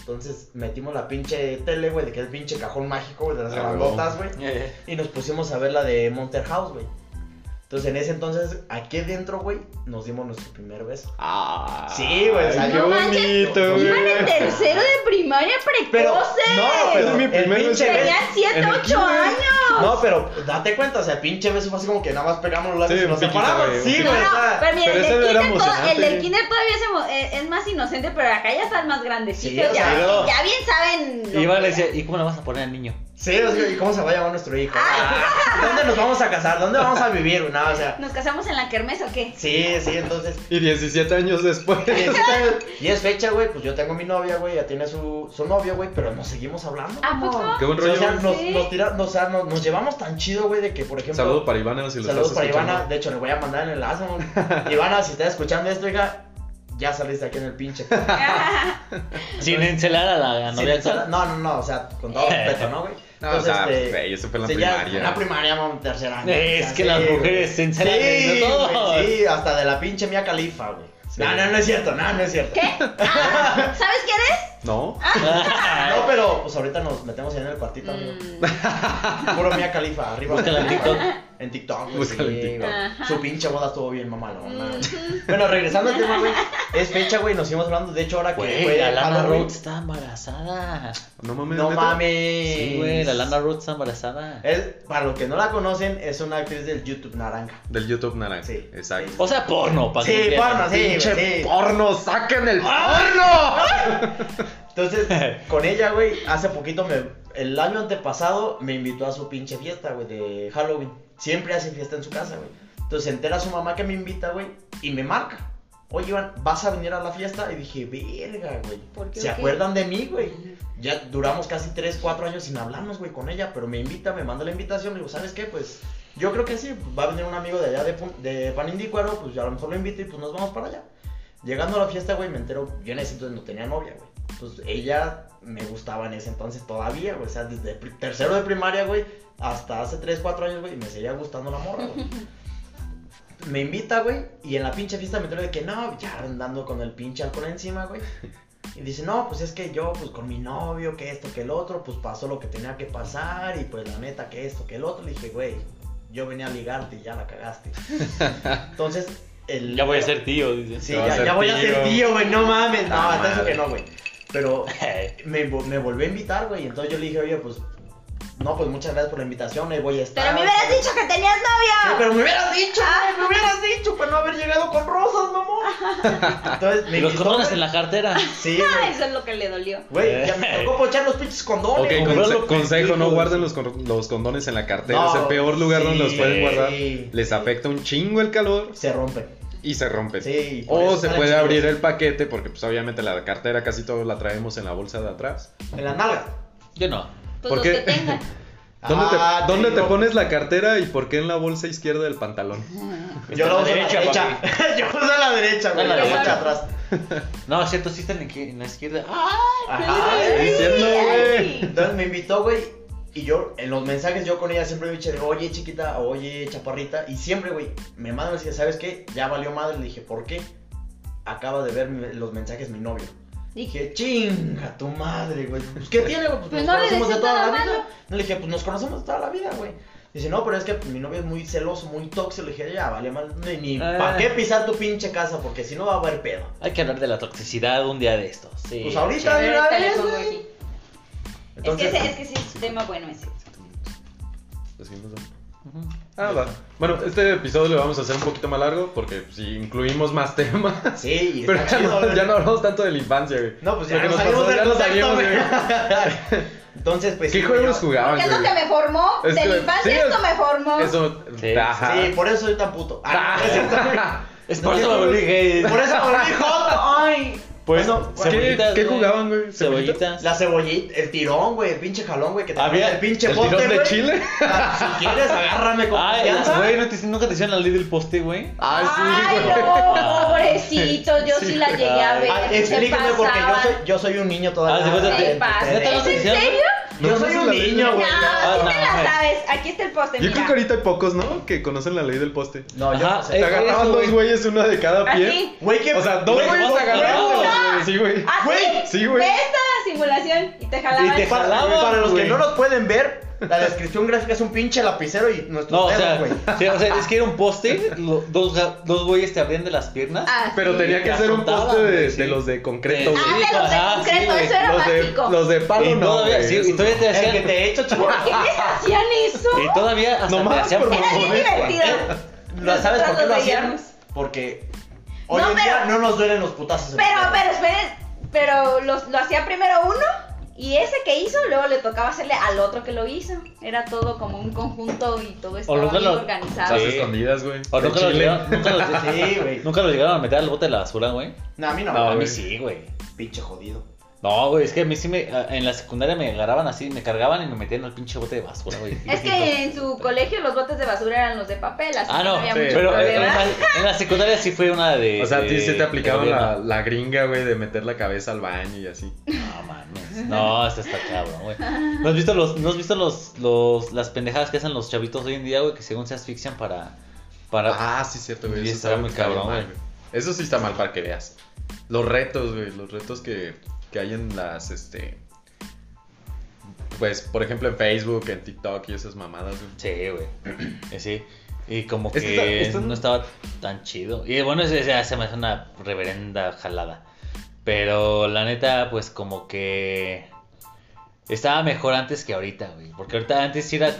B: Entonces, metimos la pinche tele, güey, de que es el pinche cajón mágico, güey, de las
D: Ah,
B: grandotas, güey.
A: Eh,
B: Y nos pusimos a ver la de Monster House, güey. Entonces, en ese entonces, aquí dentro, güey, nos dimos nuestro primer beso.
D: Ah.
B: Sí, güey, o sea,
D: Ay, qué
E: no manches,
D: bonito, güey.
E: Iban en tercero de primaria
B: Pero,
E: precoce.
B: no, pero
D: Es mi
B: el
D: primer
B: pinche
D: beso.
B: beso-
E: Tenían 7,
D: En el
E: 8
D: kinder.
E: años.
B: No, pero date cuenta, o sea, pinche beso fue así como que nada más pegamos los labios
D: Sí,
B: y nos
D: un piquito,
B: separamos.
D: güey, un
B: Sí,
D: piquito.
E: No,
B: güey, o
E: no,
B: sea,
E: pero mira,
D: pero
E: el,
D: ese
E: del
D: era
E: kinder todo-
D: emocionante.
E: el del kinder todavía es, emo- es- es más inocente, pero acá ya están más grandecitos.
B: Sí, o
E: ya,
B: sea,
A: no.
E: ya bien saben. lo
A: Y Iván
E: que
A: le
E: era.
A: decía, ¿y cómo le vas a poner al niño?
B: sí, o sea, ¿y cómo se va a llamar nuestro hijo? Ah, ¿Dónde nos vamos a casar? ¿Dónde vamos a vivir? güey? No, o sea,
E: ¿Nos casamos en la kermés o qué?
B: sí, sí, entonces.
D: Y 17 años después.
B: Y es fecha, güey, pues yo tengo mi novia, güey, ya tiene su, su novio, güey, pero nos seguimos hablando.
E: ¿A poco?
D: Qué buen
B: O
D: rollo.
B: sea,
D: güey.
B: nos,
E: Sí.
B: nos, tira- nos- o sea, nos- nos llevamos tan chido, güey, de que, por ejemplo.
D: Saludo para Ivana si lo
B: saludos
D: estás
B: para
D: escuchando.
B: Ivana. De hecho, le voy a mandar el enlace. güey. Ivana, si estás escuchando esto, oiga, ya saliste aquí en el pinche.
D: Ah,
A: Sin encelar a la
B: Sí,
A: novia actual.
B: no, no, no, o sea, con todo respeto, ¿no, güey?
D: No, o sea,
B: este,
D: güey, eso fue en la
B: sí, ya
D: primaria.
B: en la primaria, mamá, tercera. año,
A: Es
B: o sea,
A: que
B: sí,
A: las
B: güey.
A: mujeres se
B: Sí,
A: encelan de todo.
B: güey, sí, hasta de la pinche mía califa, güey.
D: Sí.
B: No, no, no es cierto, no, no es cierto.
E: ¿Qué? Ah, ¿Sabes quién eres?
D: No.
B: No, pero pues ahorita nos metemos ahí en el
A: Mm.
B: cuartito, amigo.
E: Mm.
B: Puro Mía Califa, arriba.
A: Búscala en TikTok.
B: En TikTok, güey,
D: Búscala en
B: sí,
D: TikTok.
B: güey.
E: Ajá.
B: Su pinche boda estuvo bien mamalona. güey.
E: Mm,
B: Bueno, regresando al tema, güey. Es fecha, güey, nos seguimos hablando. De hecho, ahora que
A: Güey,
B: fue
A: la Lana
B: Halloween-
A: Rhodes está embarazada.
D: No mames.
B: No
D: ¿neta?
B: mames.
A: Sí, güey, la Lana Rhodes está embarazada.
B: Es, para los que no la conocen, es una actriz del YouTube Naranja.
D: Del YouTube naranja.
B: Sí.
D: Exacto.
A: O sea, porno, para
B: Sí,
A: que
B: porno, sí, güey,
D: Pinche
B: sí. Ah,
D: porno, saquen el
B: Entonces, con ella, güey, hace poquito me. El año antepasado me invitó a su pinche fiesta, güey, de Halloween. Siempre hace fiesta en su casa, güey. Entonces se entera su mamá que me invita, güey, y me marca. Oye, Iván, ¿vas a venir a la fiesta? Y dije, verga, güey.
E: ¿Por qué,
B: ¿Se
E: o qué?
B: acuerdan de mí, güey? Ya duramos casi 3, 4 años sin hablarnos, güey, con ella, pero me invita, me manda la invitación, le digo, ¿sabes qué? Pues yo creo que sí, va a venir un amigo de allá de, Pun- de Panindícuaro, pues yo a lo mejor lo invito y pues nos vamos para allá. Llegando a la fiesta, güey, me entero, yo en ese entonces no tenía novia, güey. Pues ella me gustaba en ese entonces todavía, güey, o sea, desde pri- tercero de primaria, güey, hasta hace 3, 4 años, güey, y me seguía gustando la morra, güey. Me invita, güey, y en la pinche fiesta me entero de que no, ya andando con el pinche alcohol encima, güey. Y dice, no, pues es que yo, pues con mi novio, que esto, que el otro, pues pasó lo que tenía que pasar y pues la neta, que esto, que el otro. Le dije, güey, yo venía a ligarte y ya la cagaste. Entonces, el...
A: Ya voy a ser tío, dice.
B: Sí,
D: Te vas a
B: ya,
D: ser
B: ya voy a ser
D: tío.
B: tío, güey, no mames. No,
D: Ah,
B: hasta eso
D: madre.
B: que no, güey. Pero me, vo- me volvió a invitar, güey, y entonces yo le dije, oye, pues, no, pues muchas gracias por la invitación, ahí voy a estar.
E: Pero me hubieras dicho Ah. que tenías
B: Ah, Sí,
E: novio.
B: pero me hubieras dicho, güey, me hubieras dicho para no haber llegado con rosas, mamón. Entonces, me
A: Y los
B: invitó,
A: condones
B: güey.
A: en la cartera.
B: Sí, güey.
E: Ah, Eso es lo que le dolió.
B: Güey, ya me tocó pochar los pinches condones.
D: Eh. Ok,
B: güey.
D: conse-
A: comprarlo
D: consejo, no
A: pendejo,
D: guarden
A: sí.
D: los, con- los condones en la cartera.
B: No,
D: es el peor lugar donde los
B: sí.
D: pueden guardar.
B: Sí.
D: Les afecta un chingo el calor
B: Se rompen.
D: y se rompen.
B: Sí, por
D: o
B: eso
D: se
B: salen
D: puede
B: chidos.
D: abrir el paquete porque pues obviamente la cartera casi todos la traemos en la bolsa de atrás.
B: En las nalgas.
A: Yo no.
E: Pues
D: ¿Por
E: los
D: qué?
E: que tengan.
D: ¿Dónde,
B: Ah,
D: te, dónde
B: digo,
D: te pones la cartera y por qué en la bolsa izquierda del pantalón?
B: Yo la
A: la
B: uso a la
A: derecha,
B: derecha. Yo uso a la derecha, güey.
A: A la
B: La
A: derecha.
B: derecha atrás.
A: No, es cierto, sí está en la izquier- en la izquierda. Ah,
B: Ajá.
D: estoy diciendo,
E: Ay.
B: Entonces me invitó, güey. Y yo, en los mensajes, yo con ella siempre me dije, oye, chiquita, oye, chaparrita. Y siempre, güey, me manda y me decía, ¿sabes qué? Ya valió madre. Le dije, ¿por qué? Acaba de ver mi- los mensajes mi novio.
E: Dije,
B: Dije, chinga tu madre, güey. Pues, ¿qué tiene, güey? Pues,
E: Pues
B: nos
E: no le
B: conocemos de
E: decía
B: toda
E: nada
B: la vida.
E: malo.
B: No le dije, pues nos conocemos de toda la vida, güey. Dice, no, pero es que pues, mi novio es muy celoso, muy tóxico. Le dije, ya, vale, mal. Ni, ni
A: Ah.
B: ¿para qué pisar tu pinche casa? Porque si no va a haber pedo.
A: Hay que hablar de la toxicidad un día de esto. Sí.
B: Pues ahorita,
E: a
B: de
E: ver,
B: una
E: ahorita le
B: vez,
E: pongo
B: güey.
E: aquí. Es que
B: Entonces,
E: ese- es que sí es un tema bueno ese.
D: Pues, Así nos Ah, va. Nada. Bueno, este episodio lo vamos a hacer un poquito más largo porque si incluimos más temas.
B: Sí, y está
D: Pero ya
B: chido,
D: no,
B: güey.
D: ya no hablamos tanto de la infancia, güey.
B: No, pues ya
D: Porque
B: nos
D: nos
B: salimos
D: pasó,
B: del
D: ya nos
B: contexto,
D: salimos,
B: güey. Entonces, pues.
D: ¿Qué
B: sí,
D: juegos
B: yo-
D: jugaban,
E: ¿Qué es lo que
D: güey?
E: me formó?
D: Es
E: de
D: que-
E: la infancia
D: sí,
E: esto me formó.
D: Eso.
A: Sí.
D: Ajá.
B: Sí, por eso soy tan puto. Ah, no, es cierto, güey.
A: Es por eso me volví gay.
B: Por eso me volví hot. Ay.
D: Pues,
B: Bueno,
D: ¿qué,
A: cebollitas,
D: qué
A: güey.
D: jugaban, güey?
A: Cebollitas.
B: La cebollita, el tirón, güey, el pinche jalón, güey, que te
A: Había
B: agarra el pinche
D: ¿El
B: poste,
D: tirón de
B: güey. Ah,
D: Chile?
B: Si quieres, agárrame con
A: Ay,
B: confianza.
A: güey, ¿no te, nunca te hicieron la ley del poste, güey.
D: Ay,
E: Ay,
D: sí, güey.
E: no, pobrecito, yo sí,
D: Sí,
E: la llegué a
A: ay.
E: ver.
B: Ah, explícame
E: se
B: porque yo soy,
E: pasaban.
B: yo soy un niño
A: Ah, se cuenta
B: todavía.
A: que-
E: Se pasan.
A: ¿Neta no
E: ¿Es
A: te
E: en
A: hicieron?
E: serio?
D: No,
B: Yo
D: no
B: soy
D: se
B: un
D: la leí.
B: niño,
E: Ah, No,
B: güey.
E: sí
A: no,
E: te la
A: güey.
E: sabes. Aquí está el poste,
D: Yo
E: mira.
D: creo que ahorita hay pocos, ¿no? Que conocen la ley del poste.
B: No, yo
A: Ajá,
B: no sé.
A: eh,
D: Te agarraban
A: eso,
D: dos
A: güey.
D: güeyes, uno de cada pie.
E: Así.
B: Güey, que.
D: O sea, dos
A: Güey,
D: güeyes
A: ¿cómo
D: agarrados. güey. Sí, güey.
E: Así,
B: Güey,
D: sí, güey.
E: Ve esta simulación y te jalaban.
A: Y te
B: Para,
A: jalaban,
B: para los que
A: güey.
B: no nos pueden ver, la descripción gráfica es un pinche lapicero y nuestros
A: No, o
B: dedos,
A: sea,
B: güey.
A: sí, o sea, es que era un poste, lo- dos, ga- dos güeyes te abrían de las piernas.
E: Así.
D: Pero tenía que
A: te
D: ser un
A: azotaban,
D: poste de,
A: güey, sí.
D: de los de concreto,
A: Sí.
E: Ah,
D: güey.
E: de los de
A: Ah, sí,
E: concreto,
A: güey.
E: eso era
D: Los de,
E: mágico.
D: los de palo
A: y
D: no,
A: todavía,
D: güey.
A: sí, y todavía te
B: El que
A: hacían.
B: te he hecho, chico.
E: ¿Por qué les hacían eso?
A: Y todavía hasta
D: Nomás
A: te hacían
D: por
E: Era bien
D: favor.
E: divertido.
B: ¿Lo sabes por qué lo
E: Nosotros
B: hacían?
E: veíamos.
B: Porque hoy
E: No,
B: en día
E: pero-
B: no nos duelen los putazos. en
E: Pero,
B: el dedo.
E: pero esperen, pero los- lo hacía primero uno y ese que hizo luego le tocaba hacerle al otro que lo hizo. Era todo como un conjunto y todo estaba
A: nunca
E: bien
A: lo-
E: organizado.
D: Las
A: Sí.
D: escondidas, güey.
A: O
D: De
A: nunca lo,
D: Chile.
A: llegaron, nunca, lo,
B: Sí, güey.
A: nunca lo llegaron a meter al bote de la basura, güey.
B: No, a mí no.
D: No,
A: A
B: a
A: mí
D: güey.
A: sí, güey.
B: Pinche jodido.
A: No, güey, es que a mí sí me. a- En la secundaria me agarraban así, me cargaban y me metían al pinche bote de basura, güey.
E: Es que en su colegio los botes de basura eran los de papel, así
A: Ah,
E: que
A: no,
E: había
D: sí,
E: mucho
A: pero en
E: problema.
A: la, en la secundaria sí fue una de.
D: O sea, a
A: de-
D: ti sí te aplicaban
A: de
D: la,
A: gobierno.
D: la gringa, güey, de meter la cabeza al baño y así.
A: No mames. No, este está cabrón, güey. ¿No has visto, los, ¿no has visto los, los, las pendejadas que hacen los chavitos hoy en día, güey? Que según se asfixian para. para...
D: Ah, sí, cierto, güey.
A: Y
D: eso
A: estaba muy
D: está bien
A: cabrón,
D: mal,
A: güey.
D: Eso sí está mal para que veas. Los retos, güey. Los retos que, que hay en las, este... Pues, por ejemplo, en Facebook, en TikTok y esas mamadas, güey.
A: Sí, güey. Eh, Sí. Y como que
D: Esto está- esto-
A: no estaba tan chido. Y bueno, ese, ese- se me hace una reverenda jalada. Pero la neta, pues como que estaba mejor antes que ahorita, güey. Porque ahorita antes sí era.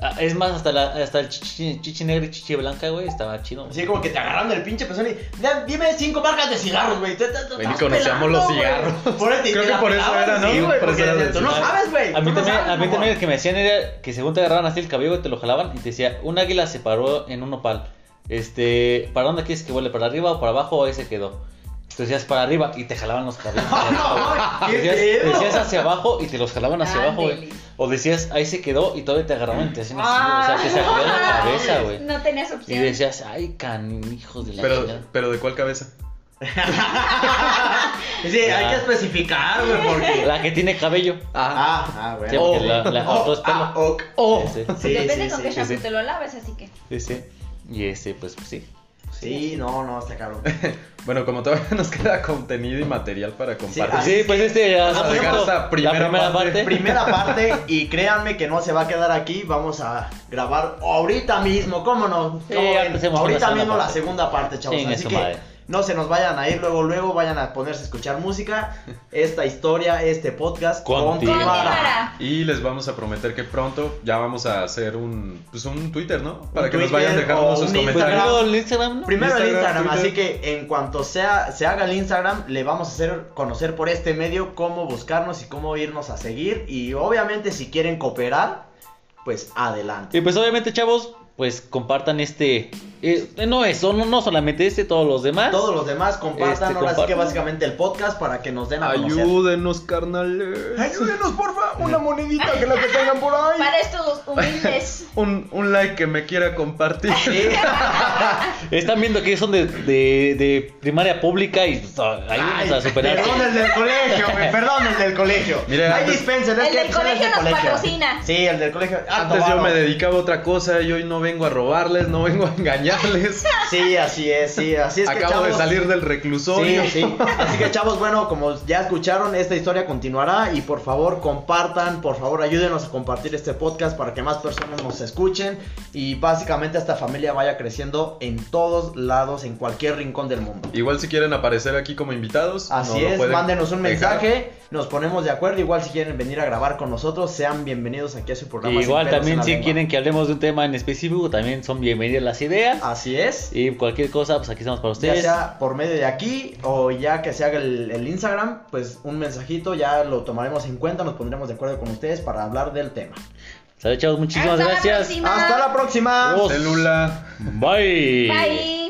A: Ah, Es más, hasta, la, hasta el chichi, chichi negro y chichi blanca, güey, estaba chido. güey.
B: Así como que te agarran del pinche pezón y. "Ya, Dime cinco marcas de cigarros, güey. Te- te- te-
D: Güey, ni
B: estás
D: conocíamos los
B: pelando, güey".
D: cigarros.
B: Por eso, y
D: Creo
B: te
D: que
B: la
D: por eso
B: pelaban,
D: era, ¿no?
B: Sí, güey,
D: Por eso
B: porque
D: era
B: decían,
D: de
B: tú no
D: cigarros".
B: sabes, güey.
A: A
B: tú
A: mí,
B: no
A: también,
B: sabes,
A: a mí
B: mamón".
A: también el que me decían era que según te agarraban así el cabello, te lo jalaban y te decía, un águila se paró en un opal. Este, ¿para dónde quieres que vuele? ¿Para arriba o para abajo? O ahí se quedó. Tú decías para arriba y te jalaban los cabellos.
B: No, qué
A: decías,
B: pedo.
A: decías hacia abajo y te los jalaban hacia
E: Ándale.
A: abajo, güey. O decías, ahí se quedó y todavía te agarraban y te hacían así, güey. eh, O sea, te sacaban la
E: Ah,
A: cabeza, güey.
E: No tenías
A: Y
E: opción.
A: decías, ay, canijos de la
D: Pero,
A: chingada".
D: pero ¿de cuál cabeza?
B: Sí, hay
A: Ya.
B: que especificar, güey, porque.
A: La que tiene cabello.
B: Ah, ah,
A: Sí,
B: bueno.
A: porque la, la
B: Oh,
A: otra es pelo.
B: ah, ok.
D: ¡Oh!
A: Sí, sí,
B: Sí,
E: Depende
B: sí,
E: con
B: sí,
E: qué
A: sí,
E: shampoo
A: sí.
E: te lo laves, así que.
A: sí, sí. Y este, pues sí.
B: Sí, no, no, está cabrón.
D: Bueno, como todavía nos queda contenido y material para compartir.
B: ah,
A: Sí, pues este ya
D: Vamos a
A: se
D: dejar
A: acabó
D: esta primera
A: la primera
D: parte.
A: parte.
B: Primera parte, y créanme que no se va a quedar aquí. Vamos a grabar ahorita mismo, ¿cómo no? ¿Cómo
A: Sí,
B: ven?
A: empecemos con la
B: ahorita
A: segunda
B: mismo la
A: parte.
B: segunda parte, chavos.
A: Chingue
B: Así
A: su
B: que
A: madre.
B: no se nos vayan a ir luego, luego vayan a ponerse a escuchar música. Esta historia, este podcast
A: Continuará.
B: continuará.
E: Continuará.
D: Y les vamos a prometer que pronto ya vamos a hacer un, pues un Twitter, ¿no? Para
B: Un
D: que nos
B: Twitter
D: vayan
B: o
D: dejando sus
B: un
A: Pues
D: comentarios.
B: Instagram.
A: primero el Instagram, ¿no?
B: Primero el
D: Instagram,
B: Instagram, así
D: Twitter.
B: que en cuanto sea, se haga el Instagram, le vamos a hacer conocer por este medio cómo buscarnos y cómo irnos a seguir. Y obviamente si quieren cooperar, pues adelante.
A: Y pues obviamente, chavos, pues compartan este. eh, no eso, no, no solamente este, todos los demás.
B: Todos los demás compartan,
A: Este,
B: ahora sí que
A: compartan.
B: básicamente el podcast para que nos den a conocer.
D: Ayúdenos, carnales.
B: Ayúdenos, porfa, una monedita que la que tengan por ahí.
E: Para estos humildes.
D: Un, un like que me quiera compartir.
B: Sí.
A: Están viendo que son de, de, de primaria pública y pues, ah,
B: Ay,
A: ayúdenos a superar.
B: Perdón el del colegio, güey, perdón el del colegio.
D: Mira,
B: Ay,
D: antes-
B: dispensen, es
E: El
B: que
E: del
B: pues, eres
E: colegio nos patrocina.
B: Sí, el del colegio. Ah,
D: Antes yo
B: Tobaro.
D: me dedicaba a otra cosa y hoy no vengo a robarles, no vengo a engañarles.
B: Sí, así es, sí, así es que,
D: Acabo de
B: chavos,
D: salir del
B: Sí,
D: reclusorio.
B: sí. Así que chavos, bueno, como ya escucharon, esta historia continuará y por favor compartan, por favor ayúdenos a compartir este podcast para que más personas nos escuchen y básicamente esta familia vaya creciendo en todos lados, en cualquier rincón del mundo.
D: Igual si quieren aparecer aquí como invitados,
B: Así
D: no lo
B: es,
D: pueden
B: mándenos un
D: dejar.
B: mensaje, nos ponemos de acuerdo, igual si quieren venir a grabar con nosotros, sean bienvenidos aquí a su programa. Sin
A: Igual
B: pelos en
A: también
B: la
A: si
B: lengua.
A: quieren que hablemos de un tema en específico, también son bienvenidas las ideas.
B: Así es.
A: Y cualquier cosa, pues aquí estamos para
B: Ya
A: ustedes.
B: sea por medio de aquí o ya que se haga el, el Instagram, pues un mensajito ya lo tomaremos en cuenta, nos pondremos de acuerdo con ustedes para hablar del tema.
A: Saludos, chavos, muchísimas
E: Hasta la
A: gracias.
E: próxima.
B: Hasta la próxima.
A: Nos
D: Celula.
A: Bye.
E: Bye.